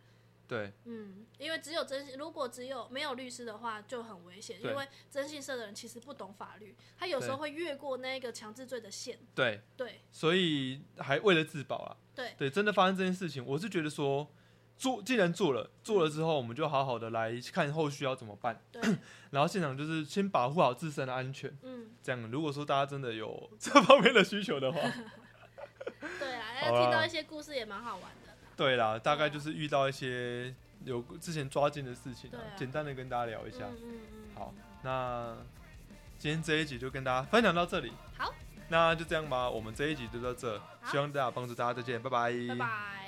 Speaker 2: 对
Speaker 3: 嗯，因为只有征信，如果只有没有律师的话就很危险，
Speaker 2: 对
Speaker 3: 因为征信社的人其实不懂法律，他有时候会越过那个强制罪的线。
Speaker 2: 对，
Speaker 3: 对
Speaker 2: 所以还为了自保啊，
Speaker 3: 对
Speaker 2: 对，真的发生这件事情，我是觉得说。做既然做了，做了之后，我们就好好的来看后续要怎么办。
Speaker 3: 对，
Speaker 2: 然后现场就是先保护好自身的安全，
Speaker 3: 嗯，
Speaker 2: 这样，如果说大家真的有 这方面的需求 的话，
Speaker 3: 对啊，
Speaker 2: 好
Speaker 3: 要
Speaker 2: 啦
Speaker 3: 听到一些故事也蛮好玩的啦。
Speaker 2: 对啦，大概就是遇到一些有之前抓奸的事情、
Speaker 3: 对啊
Speaker 2: 简单的跟大家聊一下。
Speaker 3: 嗯嗯嗯，
Speaker 2: 好，那今天这一集就跟大家分享到这里，
Speaker 3: 好，
Speaker 2: 那就这样吧，我们这一集就到这，希望大家帮助大家，再见，拜拜
Speaker 3: 拜拜。